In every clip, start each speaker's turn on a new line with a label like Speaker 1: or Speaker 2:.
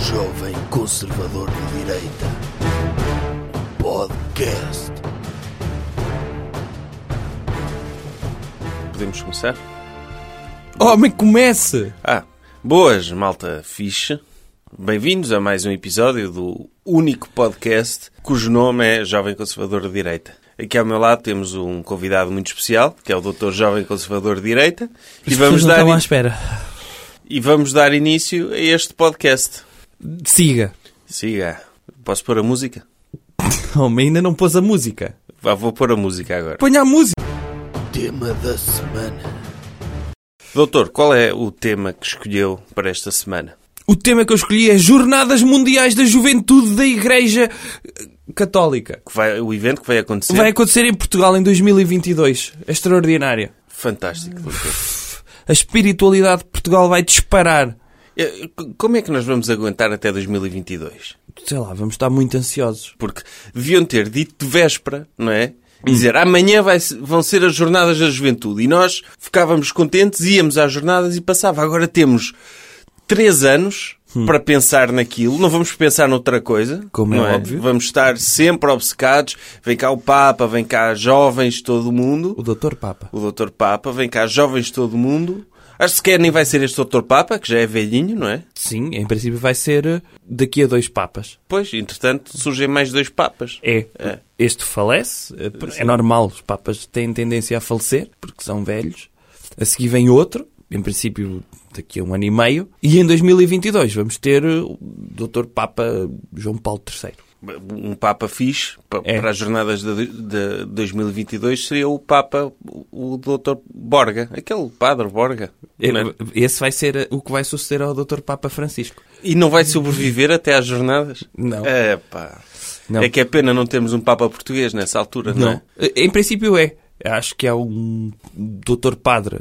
Speaker 1: Jovem Conservador de Direita. Podcast.
Speaker 2: Podemos começar?
Speaker 3: Homem, comece!
Speaker 2: Ah, boas, malta ficha. Bem-vindos a mais um episódio do único podcast cujo nome é Jovem Conservador de Direita. Aqui ao meu lado temos um convidado muito especial, que é o Dr. Jovem Conservador de Direita.
Speaker 3: As pessoas não estavam à espera.
Speaker 2: e vamos dar início a este podcast.
Speaker 3: Siga.
Speaker 2: Siga. Posso pôr a música?
Speaker 3: Homem, ainda não pôs a música.
Speaker 2: Vá, vou pôr a música agora.
Speaker 3: Ponha a música.
Speaker 1: Tema da semana.
Speaker 2: Doutor, qual é o tema que escolheu para esta semana?
Speaker 3: O tema que eu escolhi é Jornadas Mundiais da Juventude da Igreja eh, Católica.
Speaker 2: Que vai- o evento que vai acontecer?
Speaker 3: Vai acontecer em Portugal em 2022. É Extraordinário.
Speaker 2: Fantástico, doutor.
Speaker 3: A espiritualidade de Portugal vai disparar.
Speaker 2: Eh, Como é que nós vamos aguentar até 2022?
Speaker 3: Sei lá, vamos estar muito ansiosos.
Speaker 2: Porque deviam ter dito de véspera, não é? Dizer amanhã vai se- vão ser as jornadas da juventude. E nós ficávamos contentes, íamos às jornadas e passava. Agora temos três anos para pensar naquilo. Não vamos pensar noutra coisa.
Speaker 3: Hum. Como é
Speaker 2: não
Speaker 3: óbvio.
Speaker 2: Vamos estar sempre obcecados. Vem cá o Papa, vem cá jovens de todo o mundo.
Speaker 3: O Doutor Papa.
Speaker 2: O Doutor Papa, vem cá jovens de todo o mundo. Acho que sequer nem vai ser este Doutor Papa, que já é velhinho, não é?
Speaker 3: Sim, em princípio vai ser eh, daqui a dois Papas.
Speaker 2: Pois, entretanto, surgem mais dois Papas.
Speaker 3: É.
Speaker 2: É.
Speaker 3: Este falece. É, É normal. Os papas têm tendência a falecer porque são velhos. A seguir vem outro. Em princípio, daqui a um ano e meio. E em 2022 vamos ter eh, o Dr. Papa João Paulo III.
Speaker 2: um Papa fixe pa-
Speaker 3: É.
Speaker 2: para as jornadas de, de 2022 seria o Papa, o o Dr. Borga, aquele Padre Borga.
Speaker 3: É,
Speaker 2: não é?
Speaker 3: Esse vai ser eh, o que vai suceder ao Dr. Papa Francisco.
Speaker 2: E não vai sobreviver até às jornadas?
Speaker 3: Não.
Speaker 2: É, pá.
Speaker 3: Não.
Speaker 2: É que é pena não termos um Papa português nessa altura, não, é?
Speaker 3: Eh, Em princípio é. Acho que há um Dr. Padre,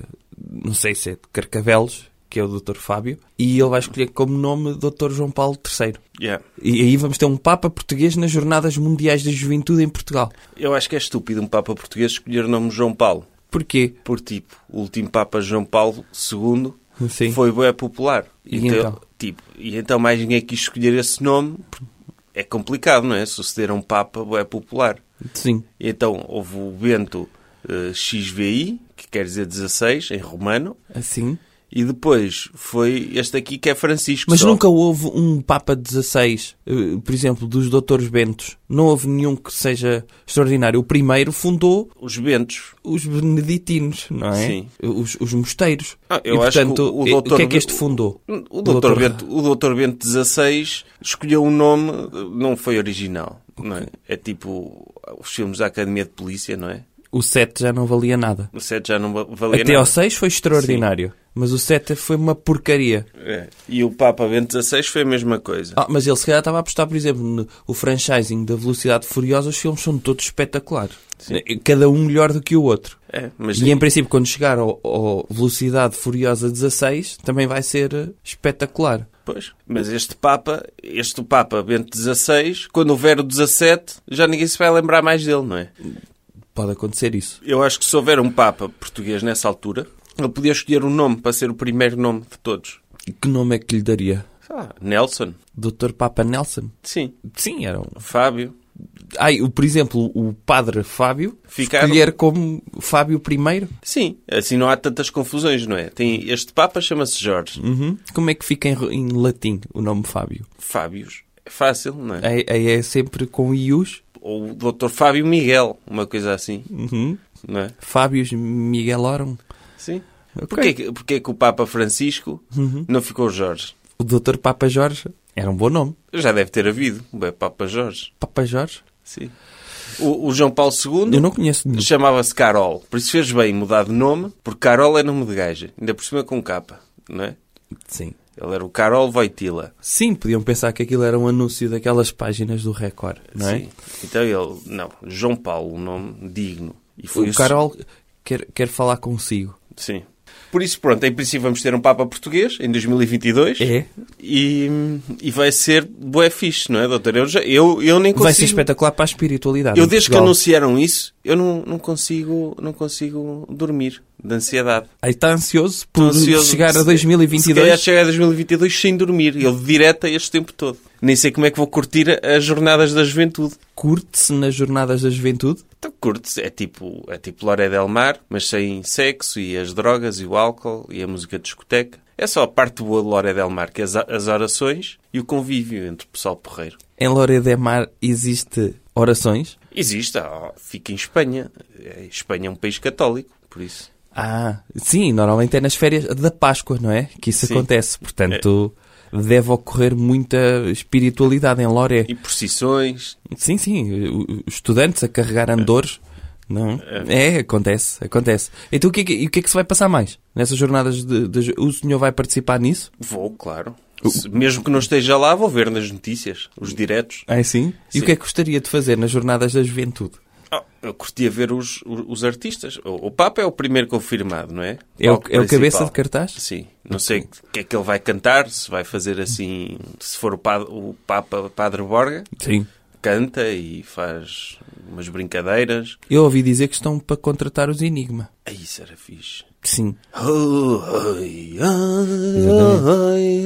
Speaker 3: não sei se é de Carcavelos, que é o Dr. Fábio, e ele vai escolher como nome Dr. João Paulo III.
Speaker 2: Yeah.
Speaker 3: E aí vamos ter um Papa português nas Jornadas Mundiais da Juventude em Portugal.
Speaker 2: Eu acho que é estúpido um Papa português escolher o nome João Paulo.
Speaker 3: Porquê?
Speaker 2: Por tipo, o último Papa João Paulo II
Speaker 3: Sim.
Speaker 2: foi bué popular.
Speaker 3: E então?
Speaker 2: Tipo, e então mais ninguém quis escolher esse nome. porque É complicado, não é? Suceder a um Papa bué popular.
Speaker 3: Sim.
Speaker 2: Então houve o Bento eh, XVI, que quer dizer 16 em romano,
Speaker 3: Assim.
Speaker 2: e depois foi este aqui que é Francisco.
Speaker 3: Mas
Speaker 2: só.
Speaker 3: nunca houve um Papa 16, eh, por exemplo, dos Doutores Bentos. Não houve nenhum que seja extraordinário. O primeiro fundou
Speaker 2: Os Bentos.
Speaker 3: os beneditinos, não é?
Speaker 2: Sim.
Speaker 3: Os, os mosteiros.
Speaker 2: Ah, eu
Speaker 3: e,
Speaker 2: acho que
Speaker 3: portanto,
Speaker 2: o- o
Speaker 3: eh,
Speaker 2: doutor
Speaker 3: que é que
Speaker 2: Ben-
Speaker 3: este fundou?
Speaker 2: O doutor,
Speaker 3: doutor-
Speaker 2: Bento, o doutor Bento XVI escolheu um nome, não foi original, não é? É tipo os filmes da Academia de Polícia, não é?
Speaker 3: O 7 já não valia nada.
Speaker 2: O 7 já não va- valia
Speaker 3: Até
Speaker 2: nada.
Speaker 3: ao 6 foi extraordinário. Mas o 7 foi uma porcaria.
Speaker 2: É. E o Papa Bento XVI foi a mesma coisa.
Speaker 3: Ah, mas ele se calhar estava a apostar, por exemplo, no o franchising da Velocidade Furiosa, os filmes são todos espetaculares. Cada um melhor do que o outro.
Speaker 2: É, mas
Speaker 3: E em princípio, quando chegar ao, ao Velocidade Furiosa 16, também vai ser eh, espetacular.
Speaker 2: Pois, mas este Papa, este Papa Bento XVI, quando houver o 17, já ninguém se vai lembrar mais dele, não é?
Speaker 3: Pode acontecer isso.
Speaker 2: Eu acho que se houver um Papa português nessa altura, ele podia escolher um nome para ser o primeiro nome de todos.
Speaker 3: E que nome é que lhe daria?
Speaker 2: Sei lá, Nelson,
Speaker 3: Dr. Papa Nelson?
Speaker 2: sim.
Speaker 3: Sim, era um...
Speaker 2: Fábio,
Speaker 3: Ai, o, por exemplo, o padre Fábio
Speaker 2: Ficaram-
Speaker 3: escolher como Fábio I.
Speaker 2: sim. Assim não há tantas confusões, não é? Tem, este Papa chama-se Jorge.
Speaker 3: Como é que fica em, ro- em latim o nome Fábio?
Speaker 2: Fábios, é fácil, não é?
Speaker 3: É, é, é sempre com ius.
Speaker 2: Ou o Dr. Fábio Miguel, uma coisa assim,
Speaker 3: Uhum.
Speaker 2: não é?
Speaker 3: Fábios Miguelorum.
Speaker 2: Sim.
Speaker 3: Ok. Uhum.
Speaker 2: Porquê, que- porquê que o Papa Francisco não ficou Jorge?
Speaker 3: O Dr. Papa Jorge era um bom nome.
Speaker 2: Já deve ter havido, o Papa Jorge.
Speaker 3: Papa Jorge?
Speaker 2: Sim. O, o João Paulo II
Speaker 3: Eu não conheço nenhum.
Speaker 2: chamava-se Carol. Por isso fez bem mudar de nome, porque Carol é nome de gaja. Ainda por cima com capa, não é?
Speaker 3: Sim.
Speaker 2: Ele era o Carol Voitila.
Speaker 3: Sim, podiam pensar que aquilo era um anúncio daquelas páginas do Record, não é?
Speaker 2: Sim. Então ele... Não. João Paulo, um nome digno. E foi
Speaker 3: O Carol quer, quer falar consigo.
Speaker 2: Sim. Por isso, pronto, em princípio vamos ter um Papa português em 2022.
Speaker 3: É.
Speaker 2: E, e vai ser bué fixe, não é, doutor? Eu, já, eu, eu nem consigo...
Speaker 3: Vai ser espetacular para a espiritualidade.
Speaker 2: Eu
Speaker 3: em
Speaker 2: desde que
Speaker 3: Portugal.
Speaker 2: anunciaram isso, eu não, não consigo não consigo dormir de ansiedade.
Speaker 3: Aí está ansioso por
Speaker 2: Estou ansioso
Speaker 3: chegar
Speaker 2: de-
Speaker 3: a
Speaker 2: Se calhar
Speaker 3: 2022.
Speaker 2: chegar a 2022 sem dormir. Ele direta este tempo todo. Nem sei como é que vou curtir as jornadas da juventude.
Speaker 3: Curte-se nas jornadas da juventude.
Speaker 2: Então curte é tipo, é tipo Loré del Mar, mas sem sexo e as drogas e o álcool e a música de discoteca. É só a parte boa de Loré del Mar, que é as, as orações e o convívio entre o pessoal porreiro.
Speaker 3: Em Loré de Mar existe orações.
Speaker 2: Existe, ah, fica em Espanha. Eh, Espanha é um país católico, por isso.
Speaker 3: Ah, sim, normalmente é nas férias da Páscoa, não é? Que isso
Speaker 2: Sim.
Speaker 3: acontece. Portanto, deve ocorrer muita espiritualidade em Loré.
Speaker 2: E procissões.
Speaker 3: Sim, sim, o- o- os estudantes a carregar andores. Não? É, acontece, acontece. Então o que é que, e o que, é que se vai passar mais? Nessas jornadas de, de- O senhor vai participar nisso?
Speaker 2: Vou, claro.
Speaker 3: Uh.
Speaker 2: Se- mesmo que não esteja lá, vou ver nas notícias, os diretos.
Speaker 3: Ah, sim? E
Speaker 2: Sim.
Speaker 3: o que é que gostaria de fazer nas jornadas da juventude?
Speaker 2: Ah, eu curtia ver os, os, os artistas. O, o Papa é o primeiro confirmado, não é?
Speaker 3: É o,
Speaker 2: Palco
Speaker 3: é o cabeça
Speaker 2: principal.
Speaker 3: de cartaz?
Speaker 2: Sim. Não sei o que é que ele vai cantar, se vai fazer assim... Se for o, pa- o Papa Padre Borga,
Speaker 3: Sim.
Speaker 2: canta e faz umas brincadeiras.
Speaker 3: Eu ouvi dizer que estão para contratar os Enigma.
Speaker 2: Aí, isso era fixe.
Speaker 3: Sim.
Speaker 2: Oh, ai, ai,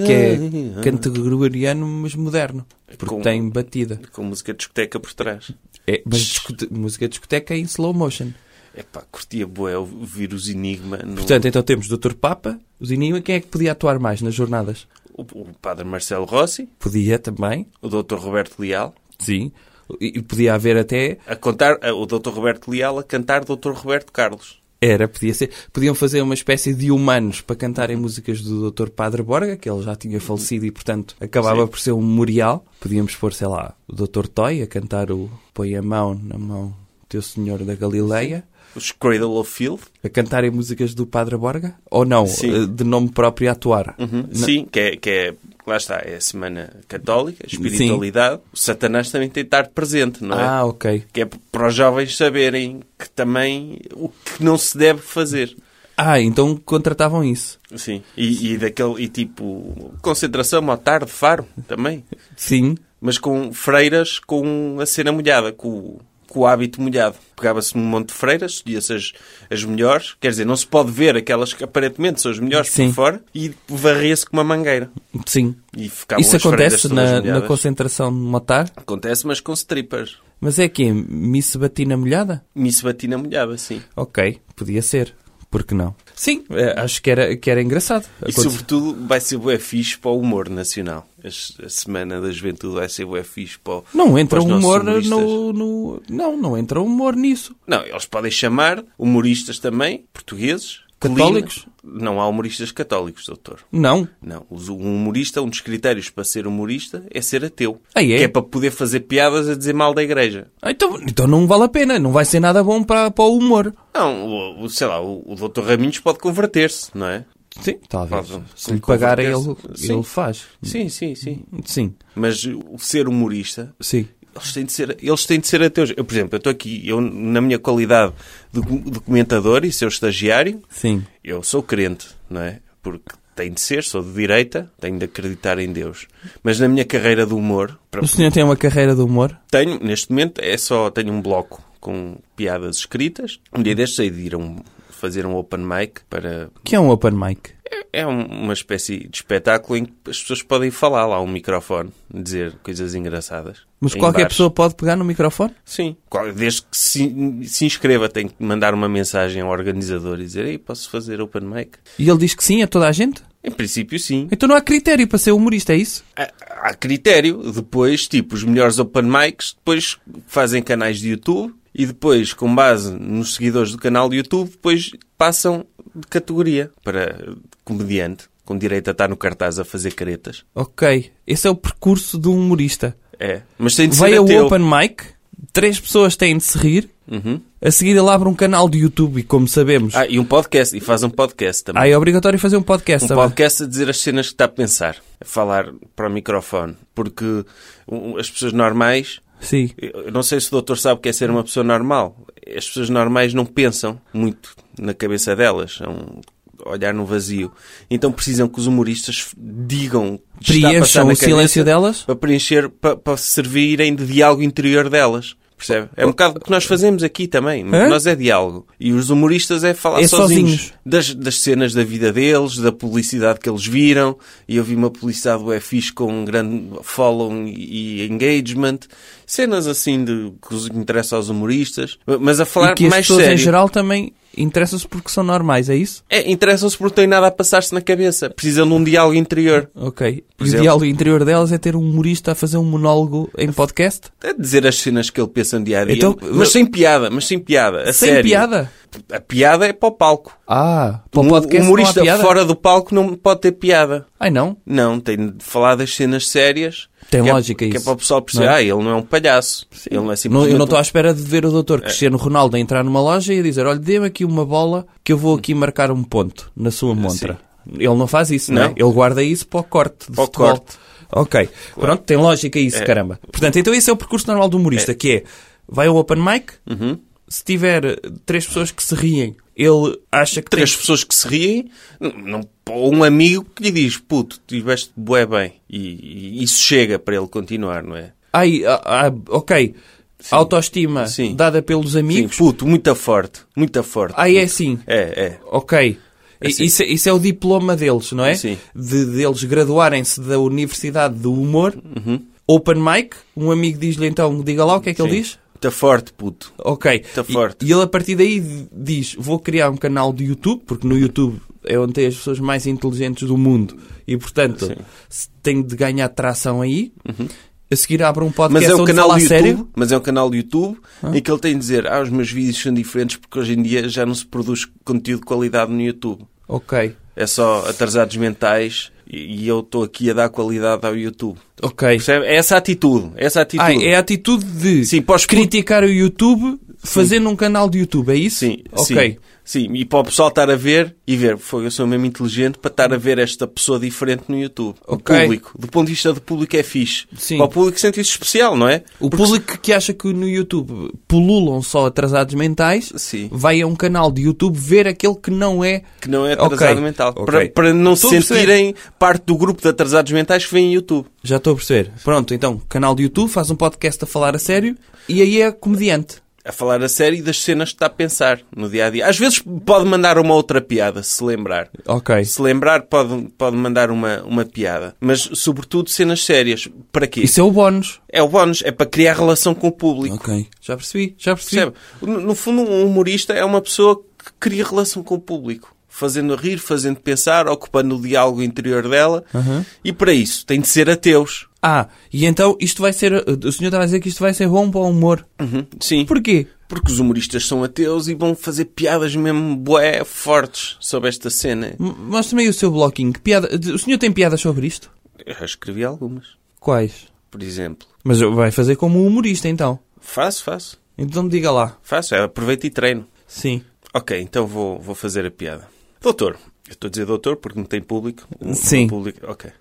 Speaker 2: ai,
Speaker 3: Que é
Speaker 2: ai,
Speaker 3: canto gregoriano, mas moderno. Porque
Speaker 2: Com-
Speaker 3: tem batida.
Speaker 2: Com música de discoteca por trás.
Speaker 3: É, mas discote- música de discoteca é em slow motion.
Speaker 2: Epá, curtia bué ouvir os Enigma. No...
Speaker 3: Portanto, então temos Dr. Papa, os Enigma. Quem é que podia atuar mais nas jornadas?
Speaker 2: o, o Padre Marcelo Rossi,
Speaker 3: Podia também.
Speaker 2: o Dr. Roberto Leal,
Speaker 3: Sim. E e podia haver até.
Speaker 2: a contar, a- o Dr. Roberto Leal a cantar Dr. Roberto Carlos.
Speaker 3: Era, podia ser. Podiam fazer uma espécie de humanos para cantarem músicas do Dr. Padre Borga, que ele já tinha falecido e, portanto, acabava
Speaker 2: Sim.
Speaker 3: por ser um memorial. Podíamos pôr, sei lá, o Dr. Toy a cantar o Põe a mão na mão do teu senhor da Galileia.
Speaker 2: Os Cradle of Field,
Speaker 3: A cantarem músicas do Padre Borga? Ou não?
Speaker 2: Sim.
Speaker 3: eh, De nome próprio a atuar? Uhum. Na-
Speaker 2: sim, que é, que é, lá está, é a semana católica, espiritualidade. O Satanás também tem de estar presente, não é?
Speaker 3: Ah, ok.
Speaker 2: Que é para os jovens saberem que também o que não se deve fazer.
Speaker 3: Ah, então contratavam isso.
Speaker 2: Sim. E, e daquele, e tipo, concentração à tarde, faro também.
Speaker 3: Sim.
Speaker 2: mas com freiras com a cena molhada, com, o- com o hábito molhado. Pegava-se num monte de freiras, escolhia-se as, as melhores, quer dizer, não se pode ver aquelas que aparentemente são as melhores
Speaker 3: Sim.
Speaker 2: por fora, e varria-se com uma mangueira.
Speaker 3: Sim.
Speaker 2: E ficavam
Speaker 3: isso
Speaker 2: as freiras
Speaker 3: acontece
Speaker 2: todas
Speaker 3: na, na
Speaker 2: molhadas.
Speaker 3: concentração de matar?
Speaker 2: Acontece, mas com strippers.
Speaker 3: Mas é que Miss Batina Molhada?
Speaker 2: Miss Batina molhada, sim.
Speaker 3: Ok, podia ser. Por que não? Sim, eh, acho que era, que era engraçado.
Speaker 2: E
Speaker 3: Aconte-
Speaker 2: sobretudo vai ser bué fixe para o humor nacional. As- A Semana da Juventude vai ser bué fixe para o-
Speaker 3: Não entra
Speaker 2: para os nossos
Speaker 3: humor
Speaker 2: humoristas.
Speaker 3: no, no- Não, não entra humor nisso.
Speaker 2: Não, eles podem chamar humoristas também, portugueses.
Speaker 3: Católicos?
Speaker 2: Colina. Não há humoristas católicos, doutor.
Speaker 3: Não.
Speaker 2: Não. Os- Um humorista, um dos critérios para ser humorista é ser ateu.
Speaker 3: Ah, é?
Speaker 2: Que é para poder fazer piadas a dizer mal da igreja.
Speaker 3: Ah, Então, então não vale a pena. Não vai ser nada bom para, para o humor.
Speaker 2: Não, o, o- sei lá, o, o doutor Raminhos pode converter-se, não é?
Speaker 3: Sim, talvez.
Speaker 2: Pode-
Speaker 3: Se lhe pagarem, ele,
Speaker 2: converter-se. um Sim.
Speaker 3: ele faz.
Speaker 2: Sim, sim, sim.
Speaker 3: Sim,
Speaker 2: Mas o ser humorista,
Speaker 3: sim.
Speaker 2: eles têm de ser, eles têm de ser ateus. Eu, por exemplo, eu estou aqui, eu na minha qualidade de docu- documentador e seu estagiário,
Speaker 3: Sim.
Speaker 2: Eu sou crente, não é? Porque tem de ser, sou de direita, tenho de acreditar em Deus. Mas na minha carreira de humor, para-
Speaker 3: O senhor tem uma carreira de humor?
Speaker 2: tenho, neste momento, é só tenho um bloco com piadas escritas. Um dia destes hei de ir a um- fazer um open mic para.
Speaker 3: Que é um open mic.
Speaker 2: É um- uma espécie de espetáculo em que as pessoas podem falar lá a um microfone, dizer coisas engraçadas.
Speaker 3: Mas
Speaker 2: Em
Speaker 3: qualquer
Speaker 2: bares.
Speaker 3: pessoa pode pegar no microfone?
Speaker 2: Sim, Qual- desde que se, se inscreva, tem que mandar uma mensagem ao organizador e dizer: Ei, posso fazer open mic?
Speaker 3: E ele diz que sim a toda a gente?
Speaker 2: Em princípio, sim.
Speaker 3: Então não há critério para ser humorista, é isso?
Speaker 2: Há- Há critério. Depois, tipo, os melhores open mics depois fazem canais de YouTube e depois, com base nos seguidores do canal de YouTube, depois passam de categoria para comediante, com direito a estar no cartaz a fazer caretas.
Speaker 3: Ok. Esse é o percurso de um humorista.
Speaker 2: É. Mas tem de ser
Speaker 3: Vai ao
Speaker 2: ateu.
Speaker 3: open mic, três pessoas têm de se rir,
Speaker 2: Uhum.
Speaker 3: a seguir ele abre um canal de YouTube e, como sabemos,
Speaker 2: Ah, e um podcast. E faz um podcast também.
Speaker 3: ah, é obrigatório fazer um podcast.
Speaker 2: Um
Speaker 3: também.
Speaker 2: podcast a dizer as cenas que está a pensar. A falar para o microfone. Porque um, as pessoas normais
Speaker 3: Sim.
Speaker 2: Eu não sei se o doutor sabe o que é ser uma pessoa normal. As pessoas normais não pensam muito na cabeça delas. É um olhar no vazio. Então precisam que os humoristas digam o que está a passar
Speaker 3: Preencham
Speaker 2: na
Speaker 3: o silêncio
Speaker 2: cabeça
Speaker 3: delas?
Speaker 2: para preencher, para, para servirem de diálogo interior delas. Percebe? É um bocado o que nós fazemos aqui também.
Speaker 3: Hã?
Speaker 2: Nós é diálogo. E os humoristas é falar
Speaker 3: É
Speaker 2: sozinhos.
Speaker 3: sozinhos.
Speaker 2: Das, das cenas da vida deles, da publicidade que eles viram. E eu vi uma publicidade do fixe com um grande follow e engagement. Cenas assim de, que os interessa aos humoristas. Mas a falar
Speaker 3: e que as
Speaker 2: mais
Speaker 3: pessoas
Speaker 2: sério.
Speaker 3: em geral também interessam-se porque são normais, é isso?
Speaker 2: É, interessam-se porque não têm nada a passar-se na cabeça. Precisam de um diálogo interior.
Speaker 3: Ok.
Speaker 2: Por
Speaker 3: e o
Speaker 2: exemplo-
Speaker 3: diálogo interior delas é ter um humorista a fazer um monólogo em podcast?
Speaker 2: É dizer as cenas que ele pensa no dia a dia.
Speaker 3: Então-
Speaker 2: mas sem piada, mas sem piada. A
Speaker 3: Sem
Speaker 2: sério.
Speaker 3: piada?
Speaker 2: A piada é para o palco.
Speaker 3: Ah, para o
Speaker 2: Um
Speaker 3: podcast
Speaker 2: humorista
Speaker 3: não há piada?
Speaker 2: fora do palco não pode ter piada.
Speaker 3: Ai não,
Speaker 2: Não, tem de falar das cenas sérias.
Speaker 3: Tem
Speaker 2: Que é-
Speaker 3: lógica
Speaker 2: Que é
Speaker 3: isso,
Speaker 2: para o pessoal perceber,
Speaker 3: não é?
Speaker 2: ah, ele não é um palhaço. Ele não é
Speaker 3: Não-
Speaker 2: simplesmente...
Speaker 3: eu não estou
Speaker 2: um-
Speaker 3: à espera de ver o doutor Cristiano Ronaldo a entrar numa loja e dizer, olha, dê-me aqui uma bola que eu vou
Speaker 2: Hum.
Speaker 3: aqui marcar um ponto na sua montra. Ele não faz isso, não, é?
Speaker 2: Ah, Não.
Speaker 3: Ele guarda isso para o corte de
Speaker 2: Para o
Speaker 3: futebol.
Speaker 2: corte.
Speaker 3: Ok. Pronto, tem lógica isso, caramba. Portanto, então esse é o percurso normal do humorista, que é, vai ao open mic,
Speaker 2: Uhum.
Speaker 3: se tiver eh, três pessoas que se riem, ele acha que
Speaker 2: Três
Speaker 3: tem...
Speaker 2: pessoas que se riem, não, ou um amigo que lhe diz, puto, tiveste bué bem. E, e isso chega para ele continuar, não é?
Speaker 3: Ai, ah, ah, ok. Autoestima
Speaker 2: Sim.
Speaker 3: dada pelos
Speaker 2: Sim,
Speaker 3: amigos.
Speaker 2: puto, muito forte, muito forte.
Speaker 3: Ai, é assim.
Speaker 2: É, é.
Speaker 3: Ok.
Speaker 2: Assim.
Speaker 3: Isso, é- isso é o diploma deles, não é?
Speaker 2: Sim.
Speaker 3: De, de eles graduarem-se da Universidade do Humor. Open mic. Um amigo diz-lhe então, diga lá o que é que ele
Speaker 2: Uhum. Sim.
Speaker 3: diz.
Speaker 2: Muito forte, puto.
Speaker 3: Ok.
Speaker 2: Tá
Speaker 3: E-
Speaker 2: forte.
Speaker 3: E, ele a partir daí d- diz, vou criar um canal de YouTube, porque no YouTube é onde tem as pessoas mais inteligentes do mundo. E, portanto,
Speaker 2: Sim. Uhum.
Speaker 3: se- tem de ganhar tração aí. A seguir abre um podcast
Speaker 2: Mas é um
Speaker 3: onde
Speaker 2: canal
Speaker 3: fala a
Speaker 2: do YouTube,
Speaker 3: sério.
Speaker 2: mas é um canal do YouTube em que ele tem de dizer, ah, os meus vídeos são diferentes porque hoje em dia já não se produz conteúdo de qualidade no YouTube.
Speaker 3: Ok.
Speaker 2: É só atrasados mentais e, e eu estou aqui a dar qualidade ao YouTube.
Speaker 3: Ok.
Speaker 2: Percebe? É essa atitude, é essa atitude.
Speaker 3: Ah, é a atitude de
Speaker 2: Sim, para os putos-
Speaker 3: criticar o YouTube fazendo um canal de YouTube, é isso?
Speaker 2: Sim,
Speaker 3: Ok.
Speaker 2: sim, sim. E para o pessoal estar a ver e ver, foi, eu sou mesmo inteligente para estar a ver esta pessoa diferente no YouTube.
Speaker 3: Ok.
Speaker 2: O público, do ponto de vista do público é fixe.
Speaker 3: Sim.
Speaker 2: Para o público sente-se especial, não é?
Speaker 3: O público que acha que no YouTube pululam só atrasados mentais
Speaker 2: Sim.
Speaker 3: vai a um canal de YouTube ver aquele que não é.
Speaker 2: Que não é
Speaker 3: Ok,
Speaker 2: atrasado mental.
Speaker 3: ok.
Speaker 2: Para, para não se
Speaker 3: Estou a perceber.
Speaker 2: sentirem parte do grupo de atrasados mentais que vem em YouTube.
Speaker 3: Já estou a perceber. Pronto, então, canal de YouTube, faz um podcast a falar a sério e aí é comediante.
Speaker 2: A falar a sério e das cenas que está a pensar no dia a dia. Às vezes pode mandar uma outra piada, se lembrar.
Speaker 3: Ok.
Speaker 2: Se lembrar, pode, pode mandar uma, uma piada. Mas, sobretudo, cenas sérias. Para quê?
Speaker 3: Isso é o bónus.
Speaker 2: É o bónus, é para criar relação com o público.
Speaker 3: Ok. Já percebi, já percebi.
Speaker 2: Percebe? No, no fundo, um humorista é uma pessoa que cria relação com o público. Fazendo rir, fazendo pensar, ocupando o diálogo interior dela. E para isso, tem de ser ateus.
Speaker 3: Ah, e então isto vai ser. O senhor estava a dizer que isto vai ser bom para o humor.
Speaker 2: Uhum, Sim.
Speaker 3: Porquê?
Speaker 2: Porque os humoristas são ateus e vão fazer piadas mesmo bué fortes sobre esta cena.
Speaker 3: M- Mostra-me aí o seu bloquinho. Que piada... O senhor tem piadas sobre isto?
Speaker 2: Eu já escrevi algumas,
Speaker 3: Quais?
Speaker 2: por exemplo.
Speaker 3: Mas vai fazer como humorista, então.
Speaker 2: Faço, faço.
Speaker 3: Então me diga lá.
Speaker 2: Faço, é, aproveito e treino.
Speaker 3: Sim.
Speaker 2: Ok, então vou, vou fazer a piada. Doutor. Eu estou a dizer doutor porque não tem público. Não- não
Speaker 3: Sim.
Speaker 2: público. Ok.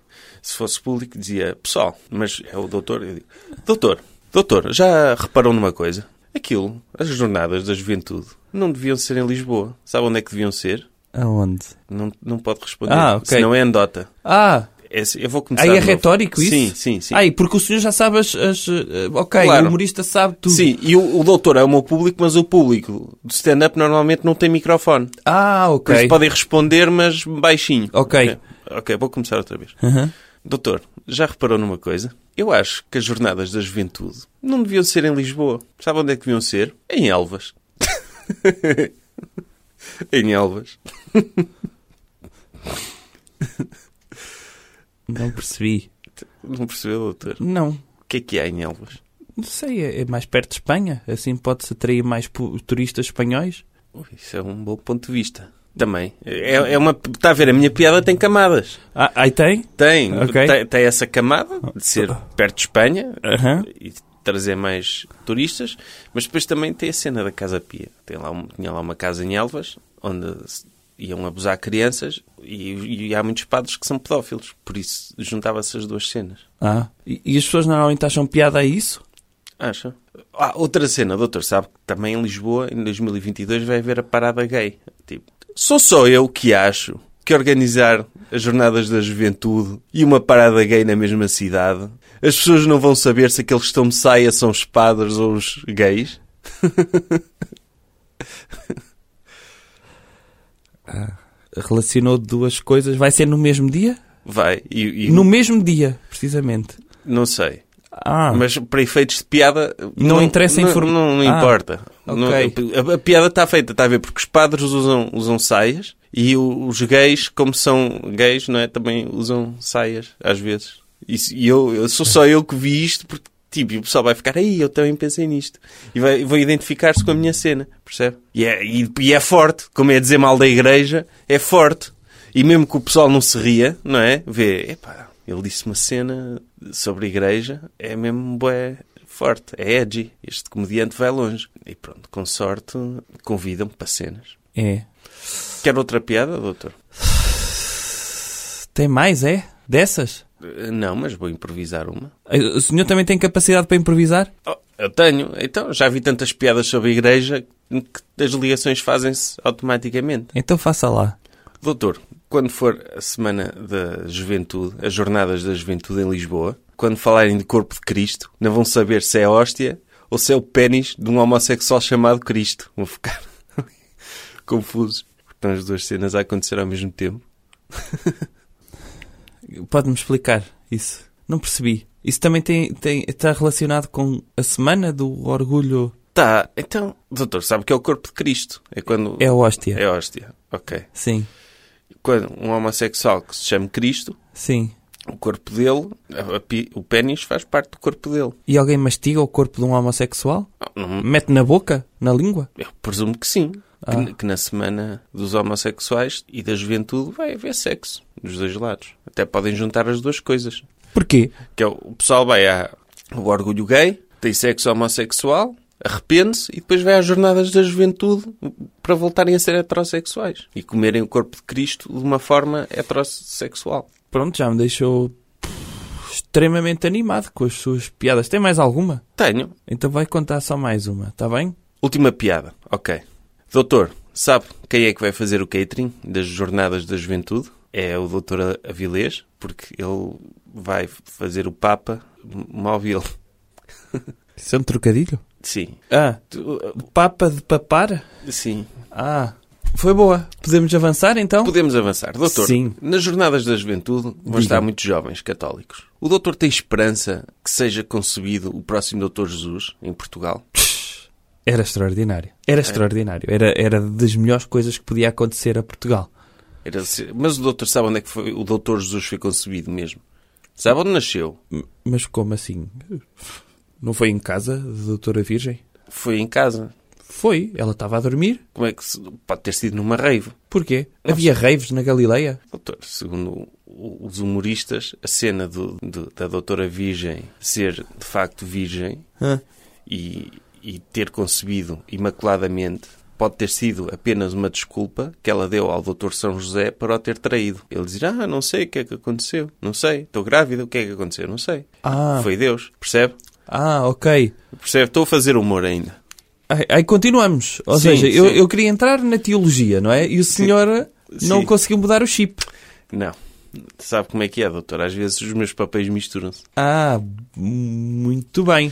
Speaker 2: Se fosse público, dizia pessoal. Mas é o doutor. Eu digo, doutor, doutor, já reparou numa coisa? Aquilo, as jornadas da juventude, não deviam ser em Lisboa. Sabe onde é que deviam ser?
Speaker 3: Aonde?
Speaker 2: Não, não pode responder.
Speaker 3: Ah, ok.
Speaker 2: Senão é andota.
Speaker 3: Ah,
Speaker 2: É, se- eu vou começar.
Speaker 3: aí é
Speaker 2: de novo.
Speaker 3: retórico isso?
Speaker 2: Sim, sim, sim.
Speaker 3: Ai, porque o senhor já sabe as. as, eh, ok,
Speaker 2: Claro.
Speaker 3: o humorista sabe tudo.
Speaker 2: Sim, e o, o doutor é o meu público, mas o público do stand-up normalmente não tem microfone.
Speaker 3: Ah,
Speaker 2: Por
Speaker 3: ok.
Speaker 2: isso podem responder, mas baixinho.
Speaker 3: Ok.
Speaker 2: ok. Ok, vou começar outra vez.
Speaker 3: Aham.
Speaker 2: Doutor, já reparou numa coisa? Eu acho que as jornadas da juventude não deviam ser em Lisboa. Sabe onde é que deviam ser? Em Elvas. em Elvas.
Speaker 3: Não percebi.
Speaker 2: Não percebeu, doutor?
Speaker 3: Não.
Speaker 2: O que é que há em Elvas?
Speaker 3: Não sei, é- é mais perto de Espanha. Assim pode-se atrair mais pu- turistas espanhóis.
Speaker 2: Ui, Isso é um bom ponto de vista. Também. É, é uma... Está a ver, a minha piada tem camadas.
Speaker 3: Ah, aí tem?
Speaker 2: Tem,
Speaker 3: Ok. Ah.
Speaker 2: tem, tem essa camada de ser perto de Espanha
Speaker 3: Aham.
Speaker 2: e trazer mais turistas, mas depois também tem a cena da Casa Pia. Tem lá, um- tinha lá uma casa em Elvas onde se- iam abusar crianças e, e há muitos padres que são pedófilos, por isso juntava-se as duas cenas.
Speaker 3: Ah. E, e as pessoas normalmente acham piada a isso?
Speaker 2: Acha? Ah, outra cena, doutor, sabe que também em Lisboa, em 2022, vai haver a parada gay. Tipo, sou só eu que acho que organizar as jornadas da juventude e uma parada gay na mesma cidade. As pessoas não vão saber se aqueles que estão de saia são os padres ou os gays.
Speaker 3: Relacionou duas coisas. Vai ser no mesmo dia?
Speaker 2: Vai. E, e
Speaker 3: No mesmo dia, precisamente.
Speaker 2: Não sei.
Speaker 3: Ah,
Speaker 2: Mas para efeitos de piada.
Speaker 3: Não interessa a
Speaker 2: não,
Speaker 3: informa-
Speaker 2: não, não
Speaker 3: Ah,
Speaker 2: importa.
Speaker 3: ok.
Speaker 2: Não- a, a piada está feita, está a ver? Porque os padres usam, usam saias e o- os gays, como são gays, não é? Também usam saias, às vezes. E, se- e eu, eu- sou só eu que vi isto, porque tipo, e o pessoal vai ficar aí, eu também pensei nisto. E vai, vão identificar-se com a minha cena, percebe? E é, e- e é forte, como é dizer mal da igreja, é forte. E mesmo que o pessoal não se ria, não é? Vê, epá, ele disse uma cena sobre a igreja, é mesmo bué forte, é edgy. Este comediante vai longe. E pronto, com sorte, convidam-me para cenas.
Speaker 3: é.
Speaker 2: Quer outra piada, doutor?
Speaker 3: Tem mais, é? Dessas?
Speaker 2: Eh, Não, mas vou improvisar uma.
Speaker 3: Eh, O senhor também tem capacidade para improvisar?
Speaker 2: Oh, eu tenho. Então, já vi tantas piadas sobre a igreja que as ligações fazem-se automaticamente.
Speaker 3: Então faça lá.
Speaker 2: Doutor, quando for a Semana da Juventude, as Jornadas da Juventude em Lisboa, quando falarem de Corpo de Cristo, não vão saber se é a hóstia ou se é o pênis de um homossexual chamado Cristo. Vão ficar confusos. Estão as duas cenas a acontecer ao mesmo tempo.
Speaker 3: Pode-me explicar isso? Não percebi. Isso também tem, tem, está relacionado com a semana do orgulho.
Speaker 2: Tá, então, doutor, sabe o que é o corpo de Cristo? É quando.
Speaker 3: É a hóstia.
Speaker 2: É a hóstia. Ok.
Speaker 3: Sim,
Speaker 2: Quando um homossexual que se chama Cristo,
Speaker 3: sim.
Speaker 2: o corpo dele, a- a pi- o pênis faz parte do corpo dele.
Speaker 3: E alguém mastiga o corpo de um homossexual?
Speaker 2: Não, não-
Speaker 3: Mete na boca? Na língua?
Speaker 2: Eu presumo que sim.
Speaker 3: Ah.
Speaker 2: Que, que na semana dos homossexuais e da juventude vai haver sexo dos dois lados. Até podem juntar as duas coisas.
Speaker 3: Porquê?
Speaker 2: Que é o, o pessoal vai à, ao orgulho gay, tem sexo homossexual, arrepende-se e depois vai às jornadas da juventude para voltarem a ser heterossexuais e comerem o corpo de Cristo de uma forma heterossexual.
Speaker 3: Pronto, já me deixou pff, extremamente animado com as suas piadas. Tem mais alguma?
Speaker 2: Tenho.
Speaker 3: Então vai contar só mais uma, está bem?
Speaker 2: Última piada. Ok. Doutor, sabe quem é que vai fazer o catering das Jornadas da Juventude? É o doutor Avilés, porque ele vai fazer o Papa móvel.
Speaker 3: Isso é um trocadilho?
Speaker 2: Sim.
Speaker 3: Ah,
Speaker 2: Tu- uh,
Speaker 3: papa de papar?
Speaker 2: Sim.
Speaker 3: Ah, foi boa. Podemos avançar então?
Speaker 2: Podemos avançar. Doutor,
Speaker 3: Sim.
Speaker 2: nas Jornadas da Juventude vão
Speaker 3: Diga.
Speaker 2: estar muitos jovens católicos. O doutor tem esperança que seja concebido o próximo doutor Jesus em Portugal?
Speaker 3: Psh, Era extraordinário. Era extraordinário. Era, era das melhores coisas que podia acontecer a Portugal.
Speaker 2: Era se- Mas o doutor sabe onde é que foi, o doutor Jesus foi concebido mesmo? Sabe onde nasceu?
Speaker 3: M- Mas como assim? Não foi em casa da Doutora Virgem?
Speaker 2: Foi em casa.
Speaker 3: Foi. Ela estava a dormir.
Speaker 2: Como é que se- pode ter sido numa rave?
Speaker 3: Porquê? Havia raves na Galileia?
Speaker 2: Doutor, segundo o- os humoristas, a cena do- do- da doutora virgem ser de facto virgem
Speaker 3: Hã?
Speaker 2: e, e ter concebido imaculadamente pode ter sido apenas uma desculpa que ela deu ao doutor São José para o ter traído. Ele diz, ah, não sei o que é que aconteceu, não sei, estou grávida, o que é que aconteceu, não sei.
Speaker 3: Ah,
Speaker 2: Foi Deus, percebe?
Speaker 3: ah ok.
Speaker 2: Percebe? Estou a fazer humor ainda.
Speaker 3: Aí, aí continuamos. Ou
Speaker 2: Sim,
Speaker 3: seja, Eu,
Speaker 2: sim.
Speaker 3: eu queria entrar na teologia, não é? E o senhor não
Speaker 2: Sim.
Speaker 3: conseguiu mudar o chip.
Speaker 2: Não. Sabe como é que é, doutor? Às vezes os meus papéis misturam-se.
Speaker 3: Ah, muito bem.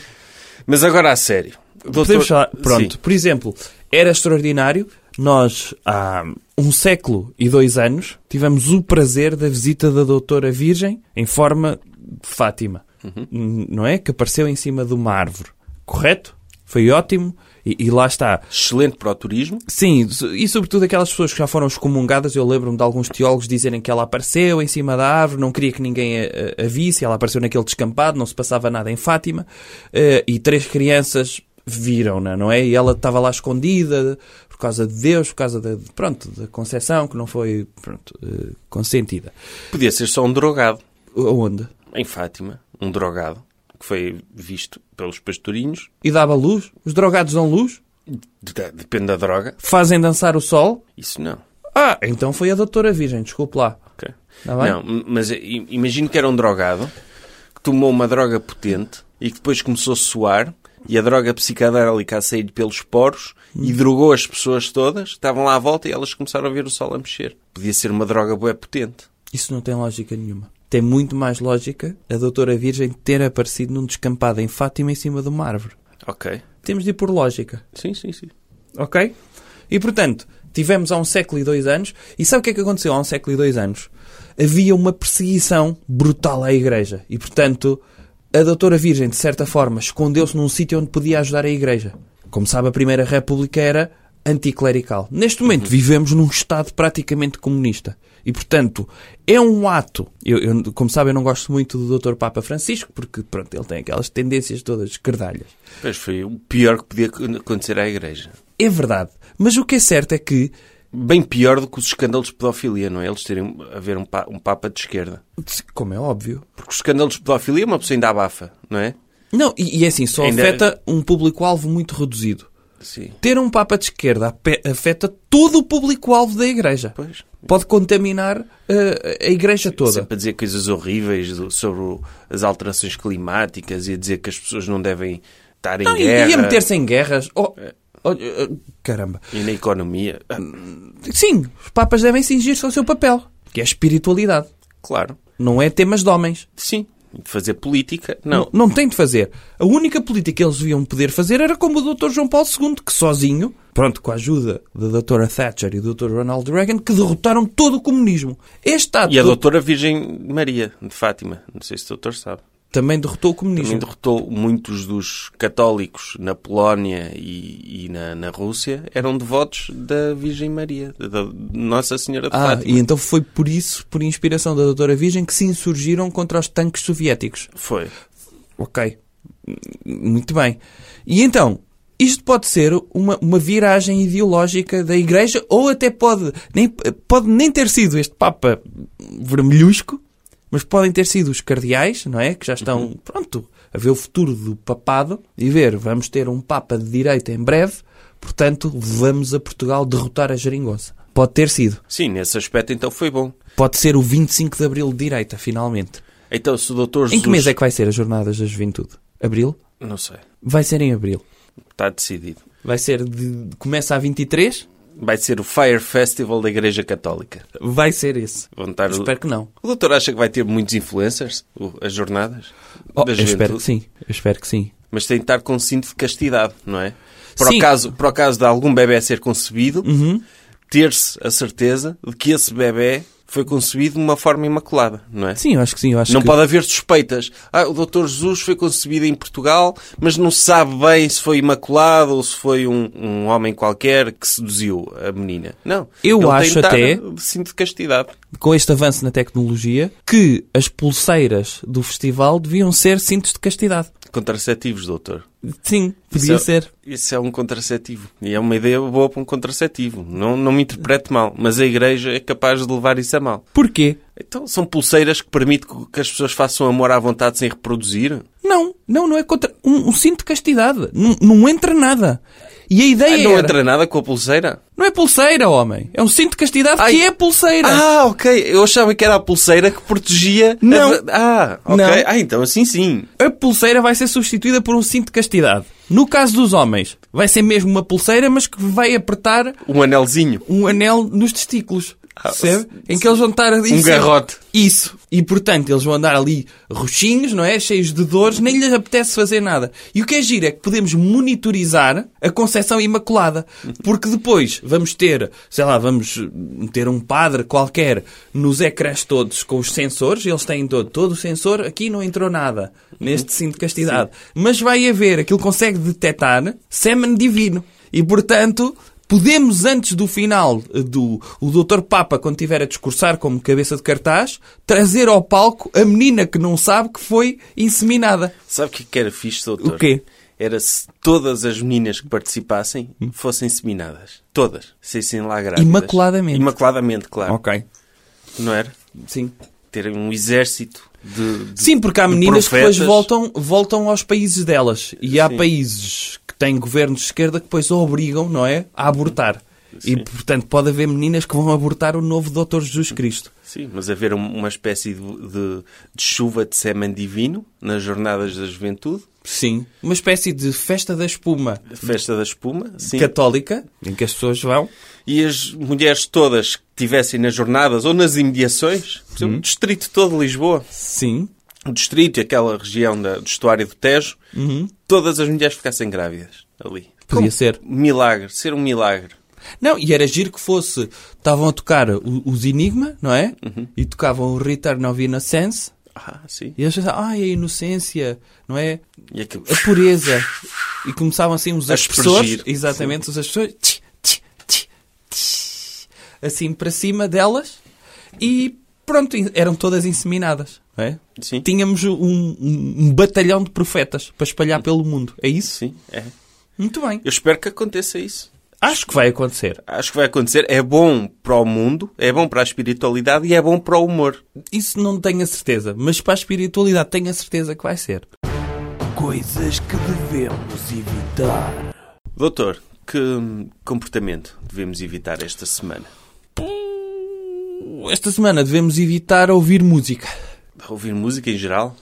Speaker 2: Mas agora a sério. Doutor-
Speaker 3: Podemos falar. Pronto,
Speaker 2: Sim.
Speaker 3: por exemplo, era extraordinário. Nós, há um século e dois anos, tivemos o prazer da visita da Doutora Virgem em forma de Fátima,
Speaker 2: Uhum.
Speaker 3: N- não é? Que apareceu em cima de uma árvore, correto? Foi ótimo. E, e lá está.
Speaker 2: Excelente para o turismo.
Speaker 3: Sim, so- e sobretudo aquelas pessoas que já foram excomungadas. Eu lembro-me de alguns teólogos dizerem que ela apareceu em cima da árvore, não queria que ninguém a, a- a visse. Ela apareceu naquele descampado, não se passava nada em Fátima. eh, e três crianças viram-na, não é? E ela estava lá escondida por causa de Deus, por causa da, de- pronto, da concepção que não foi pronto, eh, consentida.
Speaker 2: Podia ser só um drogado.
Speaker 3: Onde?
Speaker 2: Em Fátima, um drogado que foi visto pelos pastorinhos.
Speaker 3: E dava luz? Os drogados dão luz?
Speaker 2: De- Depende da droga.
Speaker 3: Fazem dançar o sol?
Speaker 2: Isso não.
Speaker 3: Ah, então foi a doutora Virgem, desculpe lá.
Speaker 2: ok?
Speaker 3: Tá bem?
Speaker 2: Não, m- mas i- imagino que era um drogado que tomou uma droga potente e que depois começou a suar e a droga psicadélica a sair pelos poros
Speaker 3: Hum.
Speaker 2: e drogou as pessoas todas, estavam lá à volta e elas começaram a ver o sol a mexer. Podia ser uma droga bué potente.
Speaker 3: Isso não tem lógica nenhuma. Tem muito mais lógica a Doutora Virgem ter aparecido num descampado em Fátima em cima de uma árvore.
Speaker 2: Ok.
Speaker 3: Temos de ir por lógica,
Speaker 2: Sim, sim, sim.
Speaker 3: ok? E portanto, tivemos há um século e dois anos, e sabe o que é que aconteceu há um século e dois anos? Havia uma perseguição brutal à Igreja, e portanto, a Doutora Virgem, de certa forma, escondeu-se num sítio onde podia ajudar a Igreja. Como sabe, a Primeira República era anticlerical. Neste momento, vivemos num Estado praticamente comunista. E, portanto, é um ato. Eu, eu, como sabe, eu não gosto muito do Dr. Papa Francisco, porque, pronto, ele tem aquelas tendências todas esquerdalhas.
Speaker 2: Pois foi o pior que podia acontecer à igreja.
Speaker 3: É verdade. Mas o que é certo é que,
Speaker 2: Bem pior do que os escândalos de pedofilia, não é? Eles terem a ver um, pa- um Papa de esquerda.
Speaker 3: como é óbvio.
Speaker 2: Porque os escândalos de pedofilia uma pessoa ainda abafa, não é?
Speaker 3: Não, e, e é assim, só
Speaker 2: Ainda-
Speaker 3: afeta um público-alvo muito reduzido.
Speaker 2: Sim.
Speaker 3: Ter um Papa de esquerda ape- afeta todo o público-alvo da Igreja.
Speaker 2: Pois.
Speaker 3: Pode contaminar eh, a Igreja toda.
Speaker 2: Sempre a dizer coisas horríveis do- sobre o- as alterações climáticas e a dizer que as pessoas não devem estar em
Speaker 3: Não, e-
Speaker 2: guerra É.
Speaker 3: e a meter-se em guerras. Oh, oh, eh, caramba.
Speaker 2: e na economia. Ah,
Speaker 3: Sim, os Papas devem cingir-se ao seu papel, que é a espiritualidade.
Speaker 2: claro.
Speaker 3: Não é temas de homens.
Speaker 2: Sim. De fazer política,
Speaker 3: Não.
Speaker 2: não.
Speaker 3: não tem de fazer. A única política que eles deviam poder fazer era como o Dr. João Paulo II, que sozinho, pronto, com a ajuda da Dra. Thatcher e do Dr. Ronald Reagan, que derrotaram todo o comunismo. Este ato
Speaker 2: E a doutora Virgem Maria de Fátima, não sei se o doutor sabe,
Speaker 3: também derrotou o
Speaker 2: também
Speaker 3: comunismo.
Speaker 2: derrotou muitos dos católicos na Polónia e, e na, na Rússia, eram devotos da Virgem Maria, da- da Nossa Senhora de
Speaker 3: Ah,
Speaker 2: Fátima.
Speaker 3: e então foi por isso, por inspiração da Doutora Virgem, que se insurgiram contra os tanques soviéticos.
Speaker 2: Foi.
Speaker 3: Ok. M- Muito bem. E então, isto pode ser uma, uma viragem ideológica da Igreja, ou até pode nem, pode nem ter sido este Papa vermelhusco, mas podem ter sido os cardeais, não é? Que já estão, pronto, a ver o futuro do papado e ver, vamos ter um Papa de direita em breve, portanto, vamos a Portugal derrotar a geringonça. Pode ter sido.
Speaker 2: Sim, nesse aspecto então foi bom.
Speaker 3: Pode ser o 25 de Abril de direita, finalmente.
Speaker 2: Então se o doutor
Speaker 3: Em que mês é que vai ser as Jornadas da Juventude? Abril?
Speaker 2: Não sei,
Speaker 3: Vai ser em abril.
Speaker 2: está decidido.
Speaker 3: Vai ser de. Começa a 23?
Speaker 2: Vai ser o Fire Festival da Igreja Católica.
Speaker 3: Vai ser esse.
Speaker 2: Vão estar-
Speaker 3: Espero que não.
Speaker 2: O doutor acha que vai ter muitos influencers, o- as jornadas
Speaker 3: Oh,
Speaker 2: da
Speaker 3: eu
Speaker 2: juventude?
Speaker 3: espero que sim. Eu espero que sim.
Speaker 2: Mas tem de estar com cinto de castidade, não é? Para o
Speaker 3: Sim. Uhum.
Speaker 2: caso, para o caso de algum bebê ser concebido, ter-se a certeza de que esse bebê foi concebido de uma forma imaculada, não é?
Speaker 3: Sim, eu acho que sim. Eu acho
Speaker 2: Não
Speaker 3: que...
Speaker 2: pode haver suspeitas. Ah, o Dr. Jesus foi concebido em Portugal, mas não se sabe bem se foi imaculado ou se foi um, um homem qualquer que seduziu a menina. Não.
Speaker 3: Eu
Speaker 2: Ele tem
Speaker 3: acho
Speaker 2: de estar
Speaker 3: até-
Speaker 2: de cinto de castidade.
Speaker 3: Com este avanço na tecnologia, que as pulseiras do festival deviam ser cintos de castidade.
Speaker 2: Contraceptivos, doutor.
Speaker 3: Sim, podia
Speaker 2: Isso-
Speaker 3: ser.
Speaker 2: Isso é um contraceptivo. E é uma ideia boa para um contraceptivo. Não, não me interprete mal. Mas a Igreja é capaz de levar isso a mal.
Speaker 3: Porquê?
Speaker 2: Então, são pulseiras que permitem que- que as pessoas façam amor à vontade sem reproduzir?
Speaker 3: Não, não, não é contra. Um, um cinto de castidade. Não, não entra nada. E a ideia
Speaker 2: Ah, não
Speaker 3: era-
Speaker 2: entra nada com a pulseira?
Speaker 3: não é pulseira, homem. É um cinto de castidade
Speaker 2: Ai.
Speaker 3: que é pulseira.
Speaker 2: Ah, ok. Eu achava que era a pulseira que protegia...
Speaker 3: Não.
Speaker 2: a- Ah, ok.
Speaker 3: Não.
Speaker 2: Ah, então assim sim.
Speaker 3: a pulseira vai ser substituída por um cinto de castidade. No caso dos homens, vai ser mesmo uma pulseira, mas que vai apertar
Speaker 2: Um anelzinho.
Speaker 3: um anel nos testículos. Percebe? Em que eles vão estar ali.
Speaker 2: Ah, Um
Speaker 3: sempre-
Speaker 2: garrote.
Speaker 3: Isso. E portanto, eles vão andar ali roxinhos, não é? Cheios de dores, nem lhes apetece fazer nada. E o que é giro é que podemos monitorizar a concepção imaculada. Porque depois vamos ter, sei lá, vamos ter um padre qualquer nos ecrãs todos com os sensores, eles têm todo, todo o sensor, aqui não entrou nada, neste cinto de castidade. Mas vai haver, aquilo consegue detectar sêmen divino. E portanto, Podemos, antes do final eh, do o Dr. Papa, quando estiver a discursar como cabeça de cartaz, trazer ao palco a menina que não sabe que foi inseminada.
Speaker 2: Sabe o que é que era fixe, doutor?
Speaker 3: O quê?
Speaker 2: Era se todas as meninas que participassem
Speaker 3: Hum.
Speaker 2: fossem seminadas. Todas. Saíssem lá grávidas.
Speaker 3: Imaculadamente.
Speaker 2: Imaculadamente, claro.
Speaker 3: Ok.
Speaker 2: Não era?
Speaker 3: Sim.
Speaker 2: Ter um exército de... de-
Speaker 3: Sim, porque há
Speaker 2: de
Speaker 3: meninas que depois
Speaker 2: profetas.
Speaker 3: voltam, voltam aos países delas. E há países que têm governos de esquerda que depois a obrigam, não é? A abortar. E, portanto, pode haver meninas que vão abortar o novo Dr. Jesus Cristo.
Speaker 2: Sim, mas haver um- uma espécie de, de- de chuva de sêmen divino nas jornadas da juventude.
Speaker 3: Sim. Uma espécie de festa da espuma
Speaker 2: Festa da espuma, sim.
Speaker 3: católica, em que as pessoas vão.
Speaker 2: E as mulheres todas que estivessem nas jornadas ou nas imediações, por
Speaker 3: Uhum.
Speaker 2: exemplo, o distrito todo de Lisboa,
Speaker 3: Sim.
Speaker 2: o distrito e aquela região da- do estuário do Tejo, todas as mulheres ficassem grávidas ali.
Speaker 3: Uhum. Podia ser.
Speaker 2: Milagre, ser um milagre.
Speaker 3: Não, e era giro que fosse. Estavam a tocar o- os Enigma, não é? E tocavam o Return of Innocence.
Speaker 2: Ah, sim.
Speaker 3: E eles pensavam, ai, a inocência, não é?
Speaker 2: E aquilo.
Speaker 3: A pureza. E começavam assim os
Speaker 2: A
Speaker 3: aspersores.
Speaker 2: aspergir.
Speaker 3: Exatamente, os aspersores. Tch, tch, tch, tch, assim para cima delas. E pronto, in- eram todas inseminadas, não é?
Speaker 2: Sim.
Speaker 3: Tínhamos um, um- um batalhão de profetas para espalhar pelo mundo. É isso?
Speaker 2: Sim, é.
Speaker 3: Muito bem.
Speaker 2: Eu espero que aconteça isso.
Speaker 3: Acho que vai acontecer.
Speaker 2: Acho que vai acontecer. É bom para o mundo, é bom para a espiritualidade e é bom para o humor.
Speaker 3: Isso não tenho a certeza, mas para a espiritualidade tenho a certeza que vai ser.
Speaker 1: Coisas que devemos evitar.
Speaker 2: Doutor, que hum, comportamento devemos evitar esta semana?
Speaker 3: Hum, Esta semana devemos evitar ouvir música.
Speaker 2: Ouvir música em geral?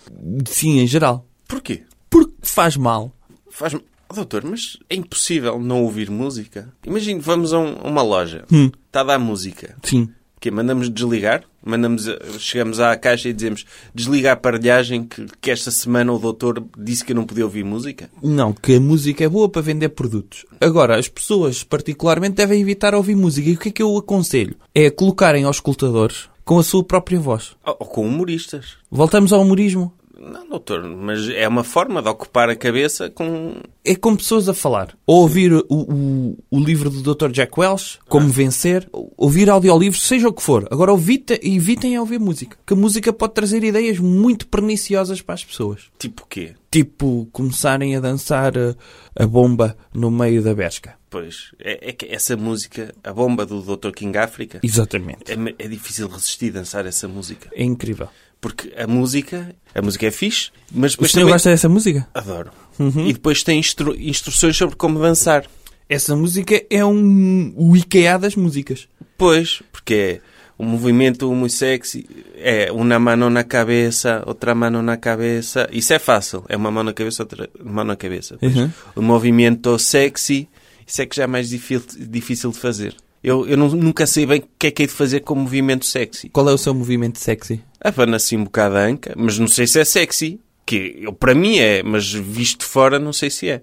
Speaker 3: Sim, em geral.
Speaker 2: Porquê?
Speaker 3: Porque faz mal.
Speaker 2: Faz Oh, Doutor, mas é impossível não ouvir música. Imagine, vamos a, um- a uma loja. Está a dar música.
Speaker 3: Sim.
Speaker 2: Que mandamos desligar? Mandamos, eh, chegamos à caixa e dizemos desliga a aparelhagem que, que esta semana o doutor disse que eu não podia ouvir música?
Speaker 3: Não, que a música é boa para vender produtos. Agora, as pessoas particularmente devem evitar ouvir música. E o que é que eu aconselho? É colocarem aos escutadores com a sua própria voz.
Speaker 2: Ou, ou com humoristas?
Speaker 3: Voltamos ao humorismo.
Speaker 2: Não, doutor, mas é uma forma de ocupar a cabeça com...
Speaker 3: É com pessoas a falar. Ou ouvir o, o- o livro do Dr. Jack Welch, Como Vencer, ou- ouvir audiolivros, seja o que for. Agora evita, evitem ouvir música. Que a música pode trazer ideias muito perniciosas para as pessoas.
Speaker 2: Tipo quê?
Speaker 3: Tipo, começarem a dançar eh, a bomba no meio da pesca.
Speaker 2: Pois, é, é que essa música, a bomba do Dr. King África,
Speaker 3: Exatamente.
Speaker 2: é, me- é difícil resistir a dançar essa música.
Speaker 3: É incrível.
Speaker 2: Porque a música, a música é fixe, mas
Speaker 3: O
Speaker 2: depois
Speaker 3: senhor
Speaker 2: também...
Speaker 3: gosta Uhum. dessa música?
Speaker 2: Adoro. E depois tem instru- instruções sobre como dançar.
Speaker 3: Essa música é um o IKEA das músicas.
Speaker 2: Pois, porque é um movimento muito sexy, é uma mão na cabeça, outra mão na cabeça. Isso é fácil, é uma mão na cabeça, outra mão na cabeça. Pois,
Speaker 3: Uhum.
Speaker 2: Um movimento sexy, isso é que já é mais difícil, difícil de fazer. Eu, eu nu- nunca sei bem o que é que hei de fazer com o movimento sexy.
Speaker 3: Qual é o seu movimento sexy?
Speaker 2: Abana assim um bocado a anca, mas não sei se é sexy. Que eu, para mim é, mas visto de fora não sei se é.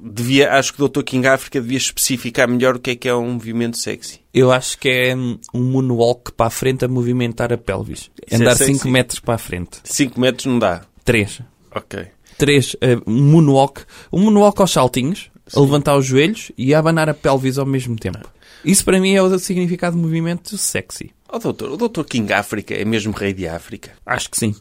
Speaker 2: Devia, acho que o Dr. King África devia especificar melhor o que é que é um movimento sexy.
Speaker 3: Eu acho que é hum, um moonwalk para a frente a movimentar a pelvis.
Speaker 2: Isso é
Speaker 3: Andar
Speaker 2: sexy.
Speaker 3: 5 metros para a frente.
Speaker 2: 5 metros não dá.
Speaker 3: 3.
Speaker 2: Ok.
Speaker 3: 3. Um moonwalk. Um moonwalk aos saltinhos, a levantar os joelhos e a abanar a pelvis ao mesmo tempo. Isso para mim é o significado de movimento sexy.
Speaker 2: Oh, doutor, o doutor King África é mesmo rei de África?
Speaker 3: Acho que sim.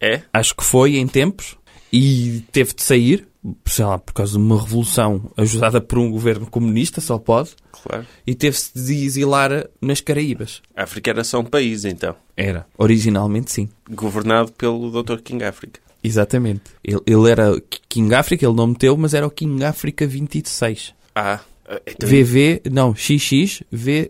Speaker 2: É?
Speaker 3: Acho que foi em tempos e teve de sair, sei lá, por causa de uma revolução ajudada por um governo comunista, só pode.
Speaker 2: Claro.
Speaker 3: e teve-se de exilar nas Caraíbas.
Speaker 2: A África era só um país, então.
Speaker 3: Era. Originalmente, sim.
Speaker 2: Governado pelo doutor King África.
Speaker 3: Exatamente. Ele, ele era King África, ele não meteu, mas era o King África 26.
Speaker 2: Ah, então,
Speaker 3: VV, não, XXVI.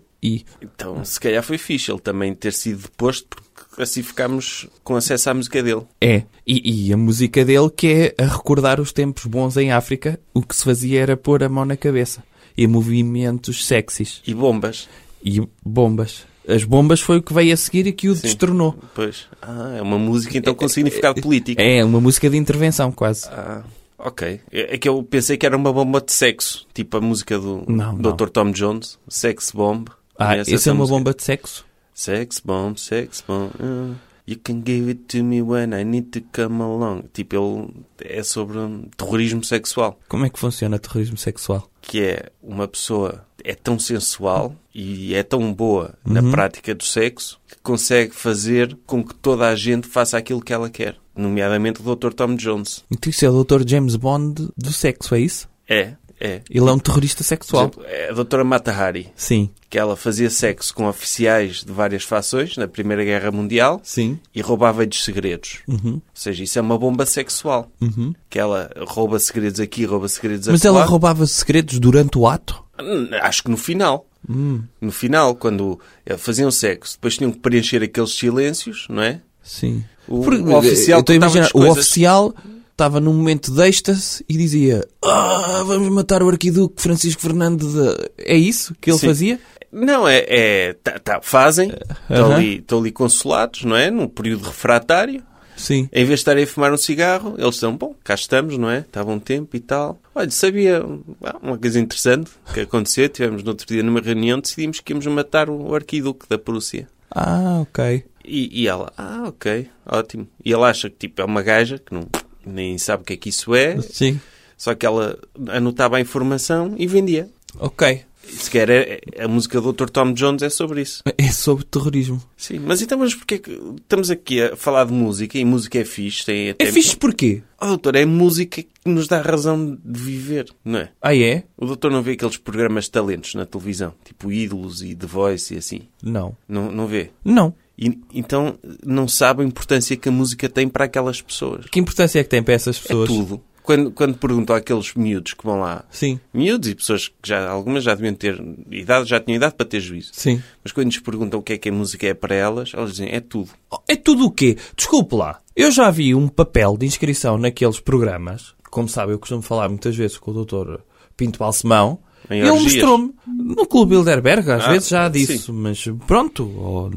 Speaker 2: então se calhar foi fixe ele também ter sido deposto, porque assim ficámos com acesso à música dele.
Speaker 3: É. E, e a música dele que é a recordar os tempos bons em África, o que se fazia era pôr a mão na cabeça. E movimentos sexys.
Speaker 2: E bombas.
Speaker 3: E bombas. As bombas foi o que veio a seguir e que o destronou.
Speaker 2: Pois. Ah, é uma música então com significado político.
Speaker 3: É, uma música de intervenção, quase.
Speaker 2: Ah, ok. É é que eu pensei que era uma bomba de sexo, tipo a música do
Speaker 3: Não, não.
Speaker 2: Dr. Tom Jones, Sex Bomb.
Speaker 3: Ah,
Speaker 2: Conhece
Speaker 3: isso
Speaker 2: essa
Speaker 3: é uma
Speaker 2: música?
Speaker 3: bomba de sexo?
Speaker 2: Sex bomb, sex bomb. uh, You can give it to me when I need to come along. Tipo, ele é sobre hum, terrorismo sexual.
Speaker 3: Como é que funciona terrorismo sexual?
Speaker 2: Que é uma pessoa é tão sensual e é tão boa na prática do sexo que consegue fazer com que toda a gente faça aquilo que ela quer. Nomeadamente o Dr. Tom Jones.
Speaker 3: Então isso é o Dr. James Bond do sexo, é isso?
Speaker 2: É, é.
Speaker 3: Ele é um terrorista
Speaker 2: Por
Speaker 3: sexual.
Speaker 2: exemplo, é a Dra. Matahari,
Speaker 3: Sim.
Speaker 2: que ela fazia sexo com oficiais de várias fações na Primeira Guerra Mundial
Speaker 3: Sim.
Speaker 2: e roubava-lhes segredos.
Speaker 3: Uhum.
Speaker 2: Ou seja, isso é uma bomba sexual.
Speaker 3: Uhum.
Speaker 2: Que ela rouba segredos aqui, rouba segredos
Speaker 3: Mas
Speaker 2: acolá.
Speaker 3: ela roubava segredos durante o ato?
Speaker 2: Hum, Acho que no final.
Speaker 3: Hum.
Speaker 2: No final, quando eh, faziam sexo, depois tinham que preencher aqueles silêncios, não é?
Speaker 3: Sim.
Speaker 2: O- o oficial
Speaker 3: eu estou
Speaker 2: contava-lhes
Speaker 3: a imaginar, então o
Speaker 2: coisas.
Speaker 3: oficial estava num momento de êxtase e dizia: Ah, vamos matar o arquiduque Francisco Fernando. de-" É isso que ele
Speaker 2: Sim.
Speaker 3: fazia?
Speaker 2: Não, é. é tá- tá, fazem, estão
Speaker 3: Eh, aham.
Speaker 2: ali, estão ali consolados, não é? Num período refratário.
Speaker 3: Sim.
Speaker 2: Em vez de estarem a fumar um cigarro, eles estão, bom, cá estamos, não é? Estava um tempo e tal. Olha, sabia ah, uma coisa interessante que aconteceu. Tivemos no outro dia numa reunião, decidimos que íamos matar o arquiduque da Prússia.
Speaker 3: Ah, ok.
Speaker 2: E, e ela, ah, ok, ótimo. E ela acha que tipo é uma gaja que não, nem sabe o que é que isso é,
Speaker 3: Sim.
Speaker 2: só que ela anotava a informação e vendia.
Speaker 3: Ok.
Speaker 2: Sequer é, é- a música do Dr. Tom Jones é sobre isso.
Speaker 3: É sobre terrorismo.
Speaker 2: Sim, mas então, mas porque é que estamos aqui a falar de música e música é fixe? Tem até...
Speaker 3: É fixe porquê?
Speaker 2: Oh, doutor, é música que nos dá razão de viver, não é?
Speaker 3: Ah, é?
Speaker 2: O doutor não vê aqueles programas de talentos na televisão, tipo Ídolos e The Voice e assim.
Speaker 3: Não.
Speaker 2: Não, não vê.
Speaker 3: Não.
Speaker 2: E, então não sabe a importância que a música tem para aquelas pessoas.
Speaker 3: Que importância é que tem para essas
Speaker 2: É
Speaker 3: pessoas?
Speaker 2: tudo. Quando, quando pergunto àqueles miúdos que vão lá,
Speaker 3: Sim.
Speaker 2: miúdos e pessoas que já, algumas já deviam ter idade, já tinham idade para ter juízo.
Speaker 3: Sim.
Speaker 2: Mas quando lhes perguntam o que é que a música é para elas, elas dizem é tudo.
Speaker 3: É tudo o quê? Desculpe lá. Eu já vi um papel de inscrição naqueles programas. Como sabe, eu costumo falar muitas vezes com o Dr. Pinto Balsemão. E
Speaker 2: Em
Speaker 3: ele
Speaker 2: orgias.
Speaker 3: mostrou-me. No Clube Bilderberg, às
Speaker 2: Ah,
Speaker 3: vezes já disse.
Speaker 2: sim.
Speaker 3: Mas pronto. Ou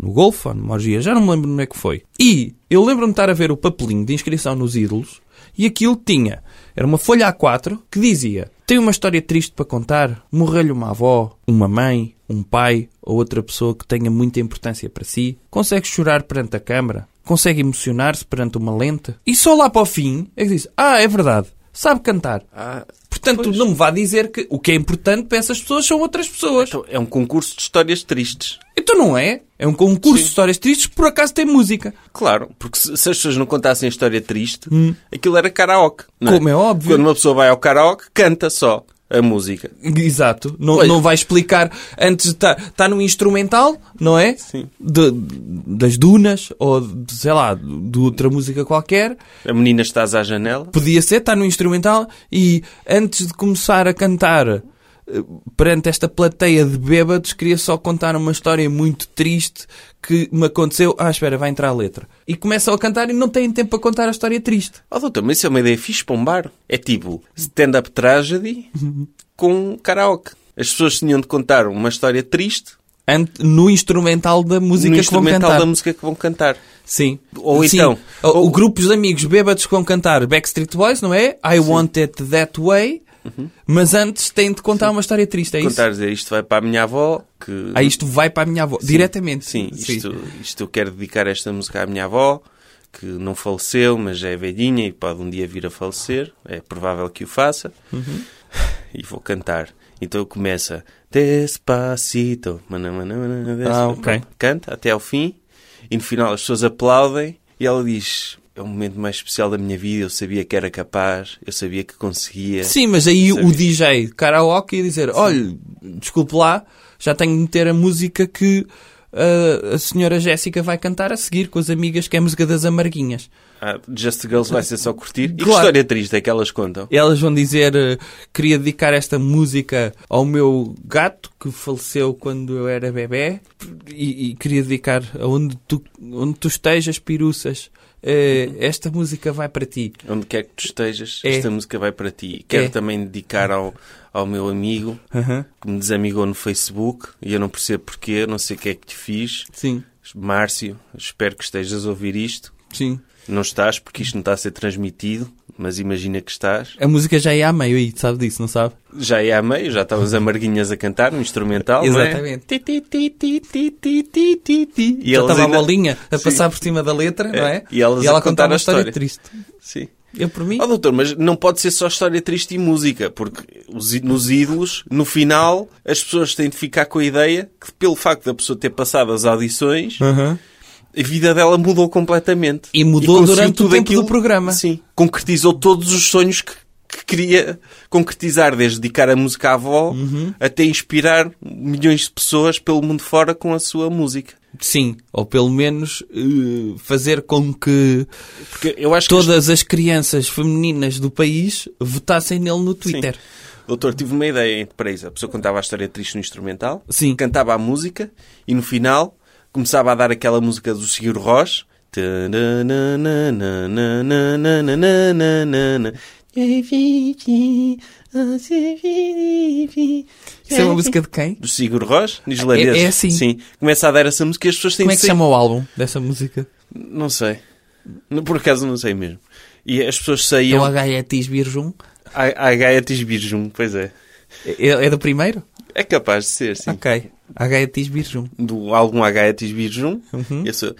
Speaker 3: no Golfo, ou numa orgia. Já não me lembro onde é que foi. E eu lembro-me de estar a ver o papelinho de inscrição nos ídolos. E aquilo tinha. Era uma folha A4 que dizia: Tem uma história triste para contar? Morreu-lhe uma avó, uma mãe, um pai ou outra pessoa que tenha muita importância para si? Consegue chorar perante a câmara? Consegue emocionar-se perante uma lente? E só lá para o fim é que diz: Ah, é verdade, sabe cantar.
Speaker 2: Ah,
Speaker 3: Portanto,
Speaker 2: Pois.
Speaker 3: não me vá dizer que o que é importante para essas pessoas são outras pessoas.
Speaker 2: então, é um concurso de histórias tristes.
Speaker 3: Então não é? É um concurso de histórias tristes que por acaso tem música.
Speaker 2: Claro, porque se, se as pessoas não contassem a história triste, aquilo era karaoke. não
Speaker 3: Hum. Como é óbvio.
Speaker 2: Quando uma pessoa vai ao karaoke, canta só a música.
Speaker 3: Exato. Não,
Speaker 2: Olha-
Speaker 3: não vai explicar antes de estar tá num instrumental, não é?
Speaker 2: Sim.
Speaker 3: De- das dunas ou de, sei lá, de outra música qualquer.
Speaker 2: A menina estás à janela.
Speaker 3: Podia ser, está num instrumental e antes de começar a cantar eh, perante esta plateia de bêbados, queria só contar uma história muito triste que me aconteceu. Ah, espera, vai entrar a letra. E começam a cantar e não têm tempo para contar a história triste.
Speaker 2: Oh, doutor, mas isso é uma ideia fixe para um bar. É tipo stand-up tragedy com karaoke. As pessoas tinham de contar uma história triste
Speaker 3: Ante- no instrumental da música
Speaker 2: no
Speaker 3: que vão
Speaker 2: instrumental
Speaker 3: cantar.
Speaker 2: da música que vão cantar.
Speaker 3: Sim.
Speaker 2: Ou
Speaker 3: Sim.
Speaker 2: então-
Speaker 3: Ou,
Speaker 2: ou-
Speaker 3: grupos de amigos bêbados que vão cantar Backstreet Boys, não é? I Want It That Way. Mas antes têm de contar uma história triste, é
Speaker 2: Uhum. contar
Speaker 3: isso?
Speaker 2: dizer isto vai para a minha avó, que
Speaker 3: Ah, isto vai para a minha avó, diretamente.
Speaker 2: Sim, isto, é isto eu quero dedicar esta música à minha avó, que não faleceu, mas já é velhinha e pode um dia vir a falecer. É provável que o faça. E vou cantar. Então começa Despacito. Mana, mana, mana, despacito.
Speaker 3: Ah, ok.
Speaker 2: Canta até ao fim. E no final as pessoas aplaudem. E ela diz: É o momento mais especial da minha vida. Eu sabia que era capaz. Eu sabia que conseguia.
Speaker 3: Sim, mas aí
Speaker 2: Sabe?
Speaker 3: o DJ de karaoke ia dizer: Olha, desculpe lá, já tenho de meter a música que ah, a senhora Jéssica vai cantar a seguir com as amigas, que é a música das Amarguinhas.
Speaker 2: Ah, Just the Girls vai ser só curtir. E que
Speaker 3: Claro.
Speaker 2: história triste é que elas contam?
Speaker 3: Elas vão dizer: eh, Queria dedicar esta música ao meu gato que faleceu quando eu era bebê e, e queria dedicar a onde tu, onde tu estejas, piruças. eh, esta música vai para ti.
Speaker 2: Onde quer que tu estejas,
Speaker 3: É.
Speaker 2: esta música vai para ti. Quero
Speaker 3: É.
Speaker 2: também dedicar ao, ao meu amigo que me desamigou no Facebook e eu não percebo porquê, não sei o que é que te fiz.
Speaker 3: Sim,
Speaker 2: Márcio, espero que estejas a ouvir isto.
Speaker 3: sim.
Speaker 2: Não estás porque isto não está a ser transmitido, mas imagina que estás.
Speaker 3: A música já é a meio aí, sabe disso, não sabe?
Speaker 2: Já é a meio, já estavam as amarguinhas a cantar no instrumental, não é?
Speaker 3: Exatamente.
Speaker 2: Ti, ti, ti, ti, ti, ti, ti, ti, ti. E
Speaker 3: já
Speaker 2: elas
Speaker 3: estava
Speaker 2: ainda-
Speaker 3: a bolinha a
Speaker 2: Sim.
Speaker 3: passar por cima da letra, não é?
Speaker 2: É, e elas a
Speaker 3: ela
Speaker 2: contar
Speaker 3: contava
Speaker 2: a
Speaker 3: uma história
Speaker 2: história.
Speaker 3: triste.
Speaker 2: Sim.
Speaker 3: Eu, por mim,
Speaker 2: Ó Oh, doutor, mas não pode ser só história triste e música, porque os í- nos ídolos, no final, as pessoas têm de ficar com a ideia que, pelo facto da pessoa ter passado as audições, a vida dela mudou completamente.
Speaker 3: Hum. E mudou
Speaker 2: conseguiu
Speaker 3: durante o tempo do programa.
Speaker 2: Sim. Concretizou todos os sonhos que, que queria concretizar, desde dedicar a música à avó,
Speaker 3: Uhum.
Speaker 2: até inspirar milhões de pessoas pelo mundo fora com a sua música.
Speaker 3: sim. Ou pelo menos eh, fazer com que
Speaker 2: Porque eu acho que...
Speaker 3: todas as crianças femininas do país votassem nele no Twitter.
Speaker 2: Doutor, tive uma ideia para isso. A pessoa contava a história triste no instrumental,
Speaker 3: Sim.
Speaker 2: cantava a música e no final começava a dar aquela música do Sigur Rós,
Speaker 3: Isso é uma música de quem?
Speaker 2: Do Sigur Rós, islandês.
Speaker 3: É- é assim.
Speaker 2: Sim. Começa a dar essa música e as pessoas têm
Speaker 3: Como é que
Speaker 2: de
Speaker 3: se
Speaker 2: sair.
Speaker 3: chama o álbum dessa música?
Speaker 2: Não sei. Não- Por acaso não sei mesmo. E as pessoas
Speaker 3: É
Speaker 2: saíam
Speaker 3: o HETIS Virgum?
Speaker 2: a Gaiatis Birjum, pois é.
Speaker 3: É, é do primeiro?
Speaker 2: É capaz de ser, sim.
Speaker 3: Ok. HETIS Virgum.
Speaker 2: Do álbum H.E.T.s Virgum,
Speaker 3: Uhum.
Speaker 2: eu sou...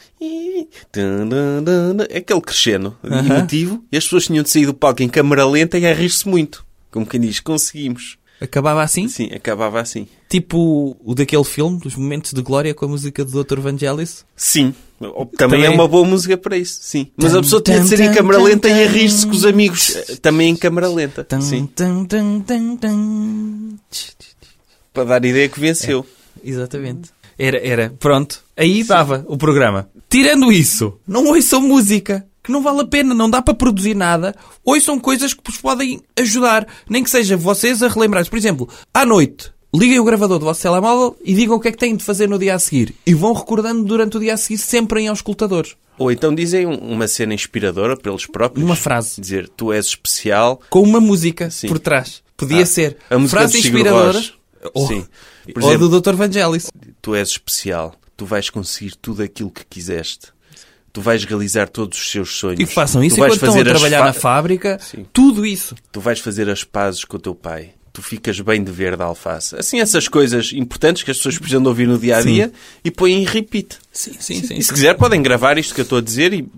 Speaker 2: É aquele crescendo emotivo. E as pessoas tinham de sair do palco em câmara lenta e a rir-se muito. Como quem diz, conseguimos.
Speaker 3: Acabava assim?
Speaker 2: Sim, acabava assim.
Speaker 3: Tipo o daquele filme, dos momentos de glória com a música do Dr. Vangelis?
Speaker 2: Sim. Ou- Também, é
Speaker 3: Também-
Speaker 2: uma boa música para isso, sim. Mas a
Speaker 3: Tam,
Speaker 2: pessoa tinha de
Speaker 3: tam,
Speaker 2: ser em
Speaker 3: tam,
Speaker 2: câmara
Speaker 3: tam,
Speaker 2: lenta e a
Speaker 3: tam.
Speaker 2: rir-se com os amigos. eh, Também em câmara lenta,
Speaker 3: Tum,
Speaker 2: sim.
Speaker 3: tum, tum, tum, tum. Tch, tch, tch.
Speaker 2: Para dar ideia que venceu.
Speaker 3: É. Exatamente. Uhum. Era, era. Pronto. Aí dava o programa. Tirando isso, não ouçam música. Que não vale a pena, não dá para produzir nada. Ouçam coisas que vos podem ajudar. Nem que seja vocês a relembrar Por exemplo, à noite, liguem o gravador do vosso telemóvel e digam o que é que têm de fazer no dia a seguir. E vão recordando durante o dia a seguir sempre em aos escutadores.
Speaker 2: Ou então dizem um- uma cena inspiradora para eles próprios.
Speaker 3: Uma frase.
Speaker 2: Dizer, tu és especial.
Speaker 3: Com uma música
Speaker 2: Sim.
Speaker 3: por trás. Podia
Speaker 2: Ah,
Speaker 3: ser.
Speaker 2: a música
Speaker 3: Frases
Speaker 2: do Sigur
Speaker 3: inspiradoras.
Speaker 2: Rós.
Speaker 3: Ou,
Speaker 2: Sim. Por
Speaker 3: ou
Speaker 2: exemplo,
Speaker 3: do Dr. Vangelis.
Speaker 2: tu és especial. Tu vais conseguir tudo aquilo que quiseste. Tu vais realizar todos os seus sonhos.
Speaker 3: E que façam isso
Speaker 2: tu vais
Speaker 3: enquanto estão a
Speaker 2: fazer as
Speaker 3: trabalhar
Speaker 2: fa-
Speaker 3: na fábrica.
Speaker 2: Sim.
Speaker 3: Tudo isso.
Speaker 2: Tu vais fazer as pazes com o teu pai. Tu ficas bem de verde alface. Assim, essas coisas importantes que as pessoas precisam de ouvir no dia a dia e põem em repeat.
Speaker 3: Sim, sim,
Speaker 2: E se quiser, podem gravar isto que eu estou a dizer e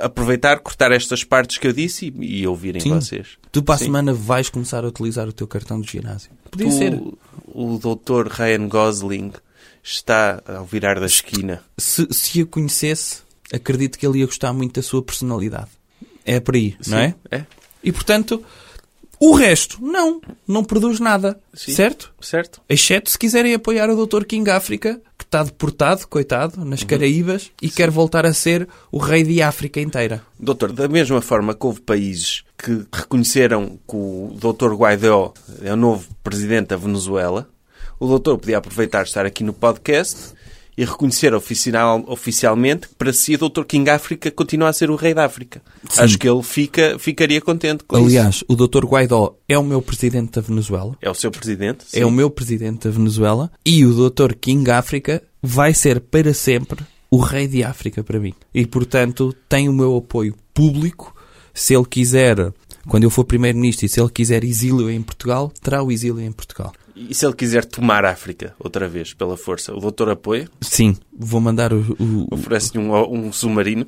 Speaker 2: aproveitar, cortar estas partes que eu disse e, e ouvirem
Speaker 3: Sim.
Speaker 2: vocês.
Speaker 3: Tu para a
Speaker 2: Sim.
Speaker 3: semana vais começar a utilizar o teu cartão de ginásio. Podia
Speaker 2: Tu-
Speaker 3: ser.
Speaker 2: O doutor Ryan Gosling está ao virar da esquina.
Speaker 3: Se, se eu conhecesse, acredito que ele ia gostar muito da sua personalidade. É por aí, não é?
Speaker 2: É,
Speaker 3: E portanto, o resto, não. Não produz nada.
Speaker 2: Sim.
Speaker 3: Certo?
Speaker 2: certo?
Speaker 3: Exceto se quiserem apoiar o Dr. King África, que está deportado, coitado, nas Caraíbas, e quer voltar a ser o rei de África inteira.
Speaker 2: Doutor, da mesma forma que houve países que reconheceram que o doutor Guaidó é o novo presidente da Venezuela, o doutor podia aproveitar de estar aqui no podcast e reconhecer oficial- oficialmente que para si o doutor King África continua a ser o rei da África.
Speaker 3: Sim.
Speaker 2: Acho que ele fica, ficaria contente com isso.
Speaker 3: Aliás, o Dr. Guaidó é o meu presidente da Venezuela.
Speaker 2: É o seu presidente?
Speaker 3: é o meu presidente da Venezuela e o Dr. King África vai ser para sempre o rei de África para mim. E, portanto, tem o meu apoio público. Se ele quiser, quando eu for primeiro-ministro, e se ele quiser exílio em Portugal, terá o exílio em Portugal.
Speaker 2: E se ele quiser tomar a África outra vez, pela força, o doutor apoia?
Speaker 3: Sim, vou mandar o... o-
Speaker 2: Oferece-lhe um, um submarino?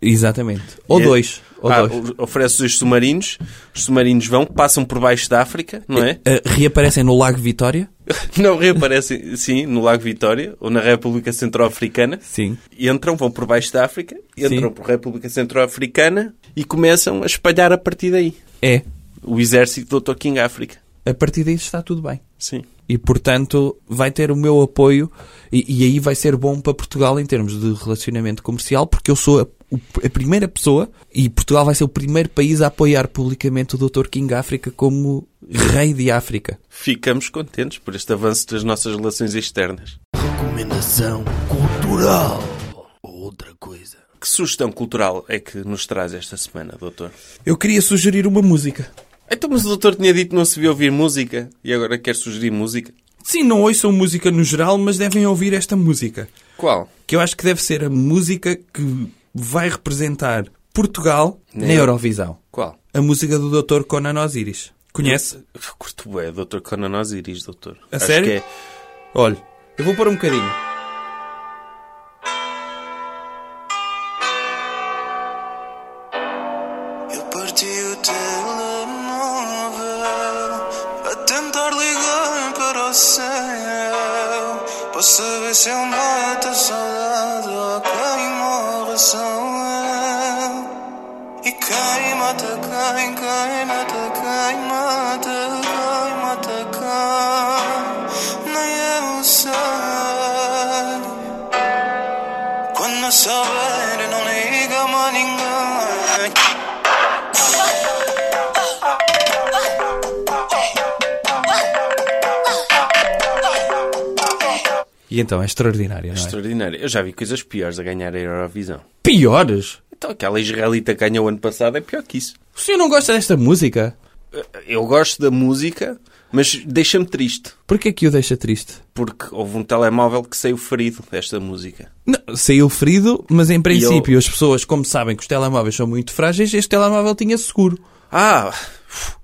Speaker 3: exatamente. Ou
Speaker 2: É-
Speaker 3: dois. Ou
Speaker 2: Ah,
Speaker 3: dois.
Speaker 2: o- oferece os submarinos, os submarinos vão, passam por baixo da África, não é?
Speaker 3: Eh, reaparecem no Lago Vitória?
Speaker 2: Não reaparecem, sim, no Lago Vitória ou na República Centro-Africana.
Speaker 3: Sim.
Speaker 2: Entram, vão por baixo da África, entram
Speaker 3: Sim.
Speaker 2: por República Centro-Africana e começam a espalhar a partir daí.
Speaker 3: É.
Speaker 2: O exército do Dr. King África.
Speaker 3: A partir daí está tudo bem.
Speaker 2: Sim.
Speaker 3: e portanto vai ter o meu apoio e, e aí vai ser bom para Portugal em termos de relacionamento comercial porque eu sou a, o- a primeira pessoa e Portugal vai ser o primeiro país a apoiar publicamente o Dr. King África como rei de África.
Speaker 2: Ficamos contentes por este avanço das nossas relações externas.
Speaker 1: Recomendação cultural. Outra coisa.
Speaker 2: Que sugestão cultural é que nos traz esta semana, doutor?
Speaker 3: Eu queria sugerir uma música.
Speaker 2: Então, mas o doutor tinha dito que não se devia ouvir música e agora quer sugerir música?
Speaker 3: Sim, não ouçam música no geral, mas devem ouvir esta música.
Speaker 2: Qual?
Speaker 3: Que eu acho que deve ser a música que vai representar Portugal na
Speaker 2: Na
Speaker 3: Eurovisão.
Speaker 2: Qual?
Speaker 3: A música do Dr. Conan Osiris. Conhece?
Speaker 2: Eu Curto bué, doutor Conan Osiris, doutor.
Speaker 3: A sério?
Speaker 2: Que é...
Speaker 3: Olha, eu vou pôr um bocadinho.
Speaker 4: Eu parti o telemóvel a tentar ligar para o céu para saber se eu mato a saudade ou quem morre são eu. E quem mata quem, quem mata quem, mata quem, mata quem, nem eu sei. Quando souber, não liga mais ninguém.
Speaker 3: E então é extraordinário, não é?
Speaker 2: Extraordinário. Eu já vi coisas piores a ganhar a Eurovisão.
Speaker 3: Piores?
Speaker 2: Então aquela israelita que ganhou ano passado é pior que isso.
Speaker 3: O senhor não gosta desta música?
Speaker 2: Eu gosto da música, mas deixa-me triste.
Speaker 3: Porquê que o deixa triste?
Speaker 2: Porque houve um telemóvel que saiu ferido desta música.
Speaker 3: Não, saiu ferido, mas em princípio as pessoas, como sabem que os telemóveis são muito frágeis, este telemóvel tinha seguro.
Speaker 2: Ah,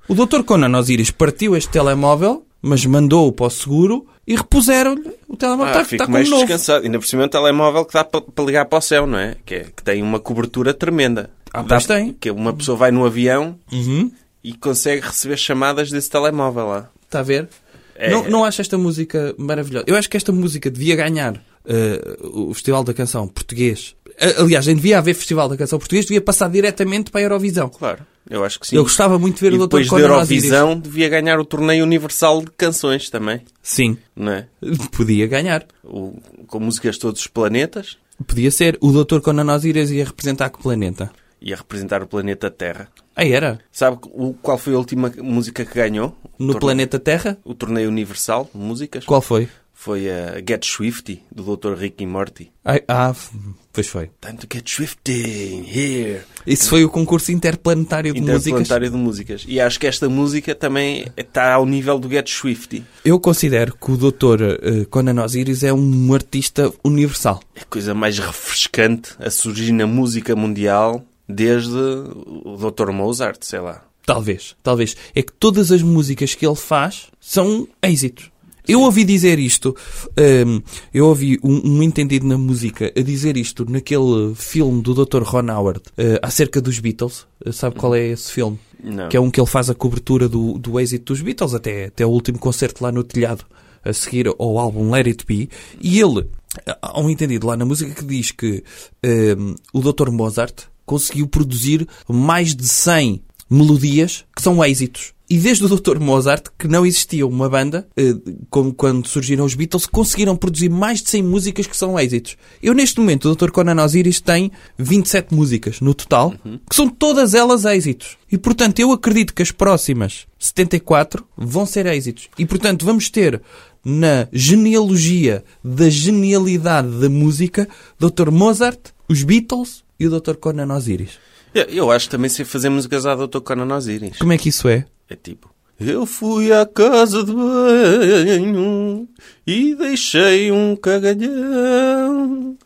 Speaker 3: O Dr. Conan Osiris partiu este telemóvel, mas mandou-o para o seguro e repuseram-lhe o telemóvel. Tá-
Speaker 2: ah
Speaker 3: está,
Speaker 2: fico
Speaker 3: está como
Speaker 2: mais
Speaker 3: novo.
Speaker 2: descansado. Ainda por cima é um telemóvel que dá para para ligar para o céu, não é? Que, é? que tem uma cobertura tremenda.
Speaker 3: Ah, pois tem.
Speaker 2: Que uma pessoa vai no avião
Speaker 3: Uhum.
Speaker 2: e consegue receber chamadas desse telemóvel lá.
Speaker 3: Está Tá a ver?
Speaker 2: É.
Speaker 3: Não, não acho esta música maravilhosa. Eu acho que esta música devia ganhar eh, o Festival da Canção Português. A- Aliás, nem devia haver Festival da Canção Português, devia passar diretamente para a Eurovisão.
Speaker 2: Claro, eu acho que sim.
Speaker 3: Eu gostava muito de ver
Speaker 2: e
Speaker 3: o Dr.
Speaker 2: depois da
Speaker 3: Conan Osiris.
Speaker 2: Eurovisão devia ganhar o torneio universal de canções também,
Speaker 3: Sim,
Speaker 2: não é?
Speaker 3: podia ganhar.
Speaker 2: O- com músicas de todos os planetas
Speaker 3: Podia ser. O Dr. Conan Osiris ia representar que planeta?
Speaker 2: e a representar o planeta Terra.
Speaker 3: Ah, era?
Speaker 2: Sabe o- qual foi a última música que ganhou? O
Speaker 3: No
Speaker 2: torne-
Speaker 3: planeta Terra?
Speaker 2: O torneio universal de músicas?
Speaker 3: Qual foi?
Speaker 2: Foi a Get Swifty, do Dr. Ricky Morty.
Speaker 3: Ai, ah, f- pois foi.
Speaker 2: Time to get swifting, here.
Speaker 3: Isso foi o concurso interplanetário de músicas.
Speaker 2: Interplanetário de músicas. E acho que esta música também está ao nível do Get Swifty.
Speaker 3: Eu considero que o Dr. eh, Conan Osiris é um artista universal.
Speaker 2: A coisa mais refrescante a surgir na música mundial desde o Dr. Mozart, sei lá.
Speaker 3: Talvez, talvez. É que todas as músicas que ele faz são êxitos. Eu ouvi dizer isto, hum, eu ouvi um, um entendido na música a dizer isto naquele filme do Dr. Ron Howard eh, acerca dos Beatles. Eh, Sabe qual é esse filme?
Speaker 2: Não.
Speaker 3: Que é um que ele faz a cobertura do, do êxito dos Beatles até, até o último concerto lá no telhado, a seguir ao álbum Let It Be. E ele, há um entendido lá na música que diz que hum, o Dr. Mozart conseguiu produzir mais de 100 melodias que são êxitos. E desde o Dr. Mozart, que não existia uma banda, eh, como quando surgiram os Beatles, conseguiram produzir mais de 100 músicas que são êxitos. Eu, neste momento, o Dr. Conan Osiris tem 27 músicas no total, que são todas elas êxitos. E, portanto, eu acredito que as próximas 74 vão ser êxitos. E, portanto, vamos ter na genealogia da genialidade da música Dr. Mozart, os Beatles e o Dr. Conan Osiris.
Speaker 2: Eu, eu acho que também sei fazer músicas à Dr. Conan Osiris.
Speaker 3: Como é que isso é?
Speaker 2: É tipo... Eu fui à casa de banho e deixei um cagalhão.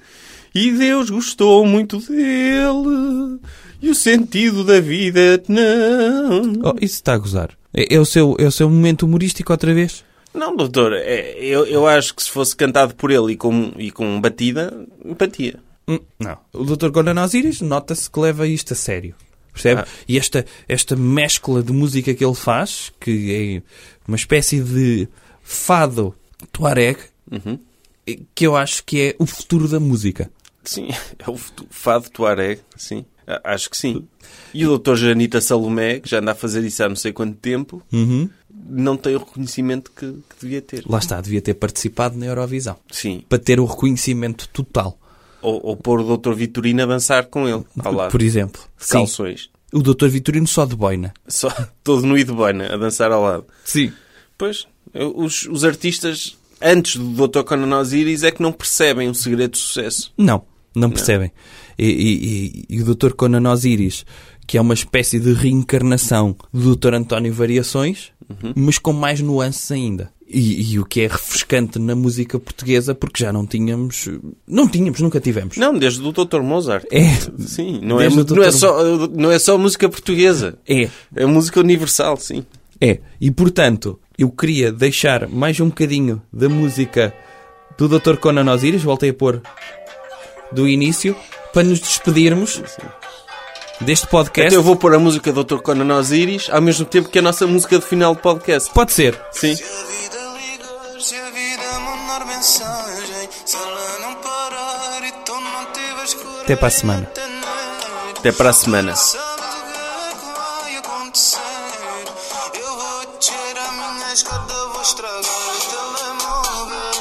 Speaker 2: E Deus gostou muito dele. E o sentido da vida não.
Speaker 3: Oh, isso está a gozar. É, é o seu, é o seu momento humorístico outra vez?
Speaker 2: Não, doutor, é, eu, eu acho que se fosse cantado por ele e com, e com batida, batia.
Speaker 3: Hum, Não. O Dr. Conan Osiris nota-se que leva isto a sério. Percebe?
Speaker 2: Ah.
Speaker 3: E esta, esta mescla de música que ele faz, que é uma espécie de fado tuareg, Uhum. que eu acho que é o futuro da música.
Speaker 2: Sim, é o futu- Fado Tuareg, sim. A- Acho que sim. E o doutor Janita Salomé, que já anda a fazer isso há não sei quanto tempo,
Speaker 3: Uhum.
Speaker 2: não tem o reconhecimento que, que devia ter.
Speaker 3: Lá está, devia ter participado na Eurovisão.
Speaker 2: Sim.
Speaker 3: Para ter o reconhecimento total.
Speaker 2: Ou, ou pôr o doutor Vitorino a dançar com ele, ao lado,
Speaker 3: Por exemplo.
Speaker 2: de
Speaker 3: Sim.
Speaker 2: calções.
Speaker 3: O Dr. Vitorino só de boina.
Speaker 2: Só todo nu e de boina, a dançar ao lado.
Speaker 3: Sim.
Speaker 2: Pois, eu- os, os artistas, antes do Dr. Conan Osiris, é que não percebem o segredo do sucesso.
Speaker 3: Não, não percebem. E, e- e- e o Dr. Conan Osiris, que é uma espécie de reencarnação do Dr. António Variações,
Speaker 2: Uhum.
Speaker 3: mas com mais nuances ainda. E, e o que é refrescante na música portuguesa, porque já não tínhamos. Não tínhamos, nunca tivemos.
Speaker 2: Não, desde o Dr. Mozart.
Speaker 3: É,
Speaker 2: Sim, não é,
Speaker 3: Desde
Speaker 2: mu-
Speaker 3: o
Speaker 2: não, é
Speaker 3: Dr.
Speaker 2: só, não é só música portuguesa.
Speaker 3: é,
Speaker 2: É música universal, sim.
Speaker 3: é. E portanto, eu queria deixar mais um bocadinho da música do Dr. Conan Osiris, voltei a pôr do início, para nos despedirmos deste podcast.
Speaker 2: Então eu vou pôr a música do Dr. Conan Osiris ao mesmo tempo que a nossa música de final de podcast.
Speaker 3: Pode ser.
Speaker 2: Sim.
Speaker 4: Se a vida ligar, se a vida é mandar mensagem, se ela não parar e tu não tiveres coragem.
Speaker 3: Até para a semana.
Speaker 4: noite,
Speaker 2: Até para a semana.
Speaker 4: Sabes o que é que vai acontecer? Eu vou descer a minha escada, vou estragar o telemóvel.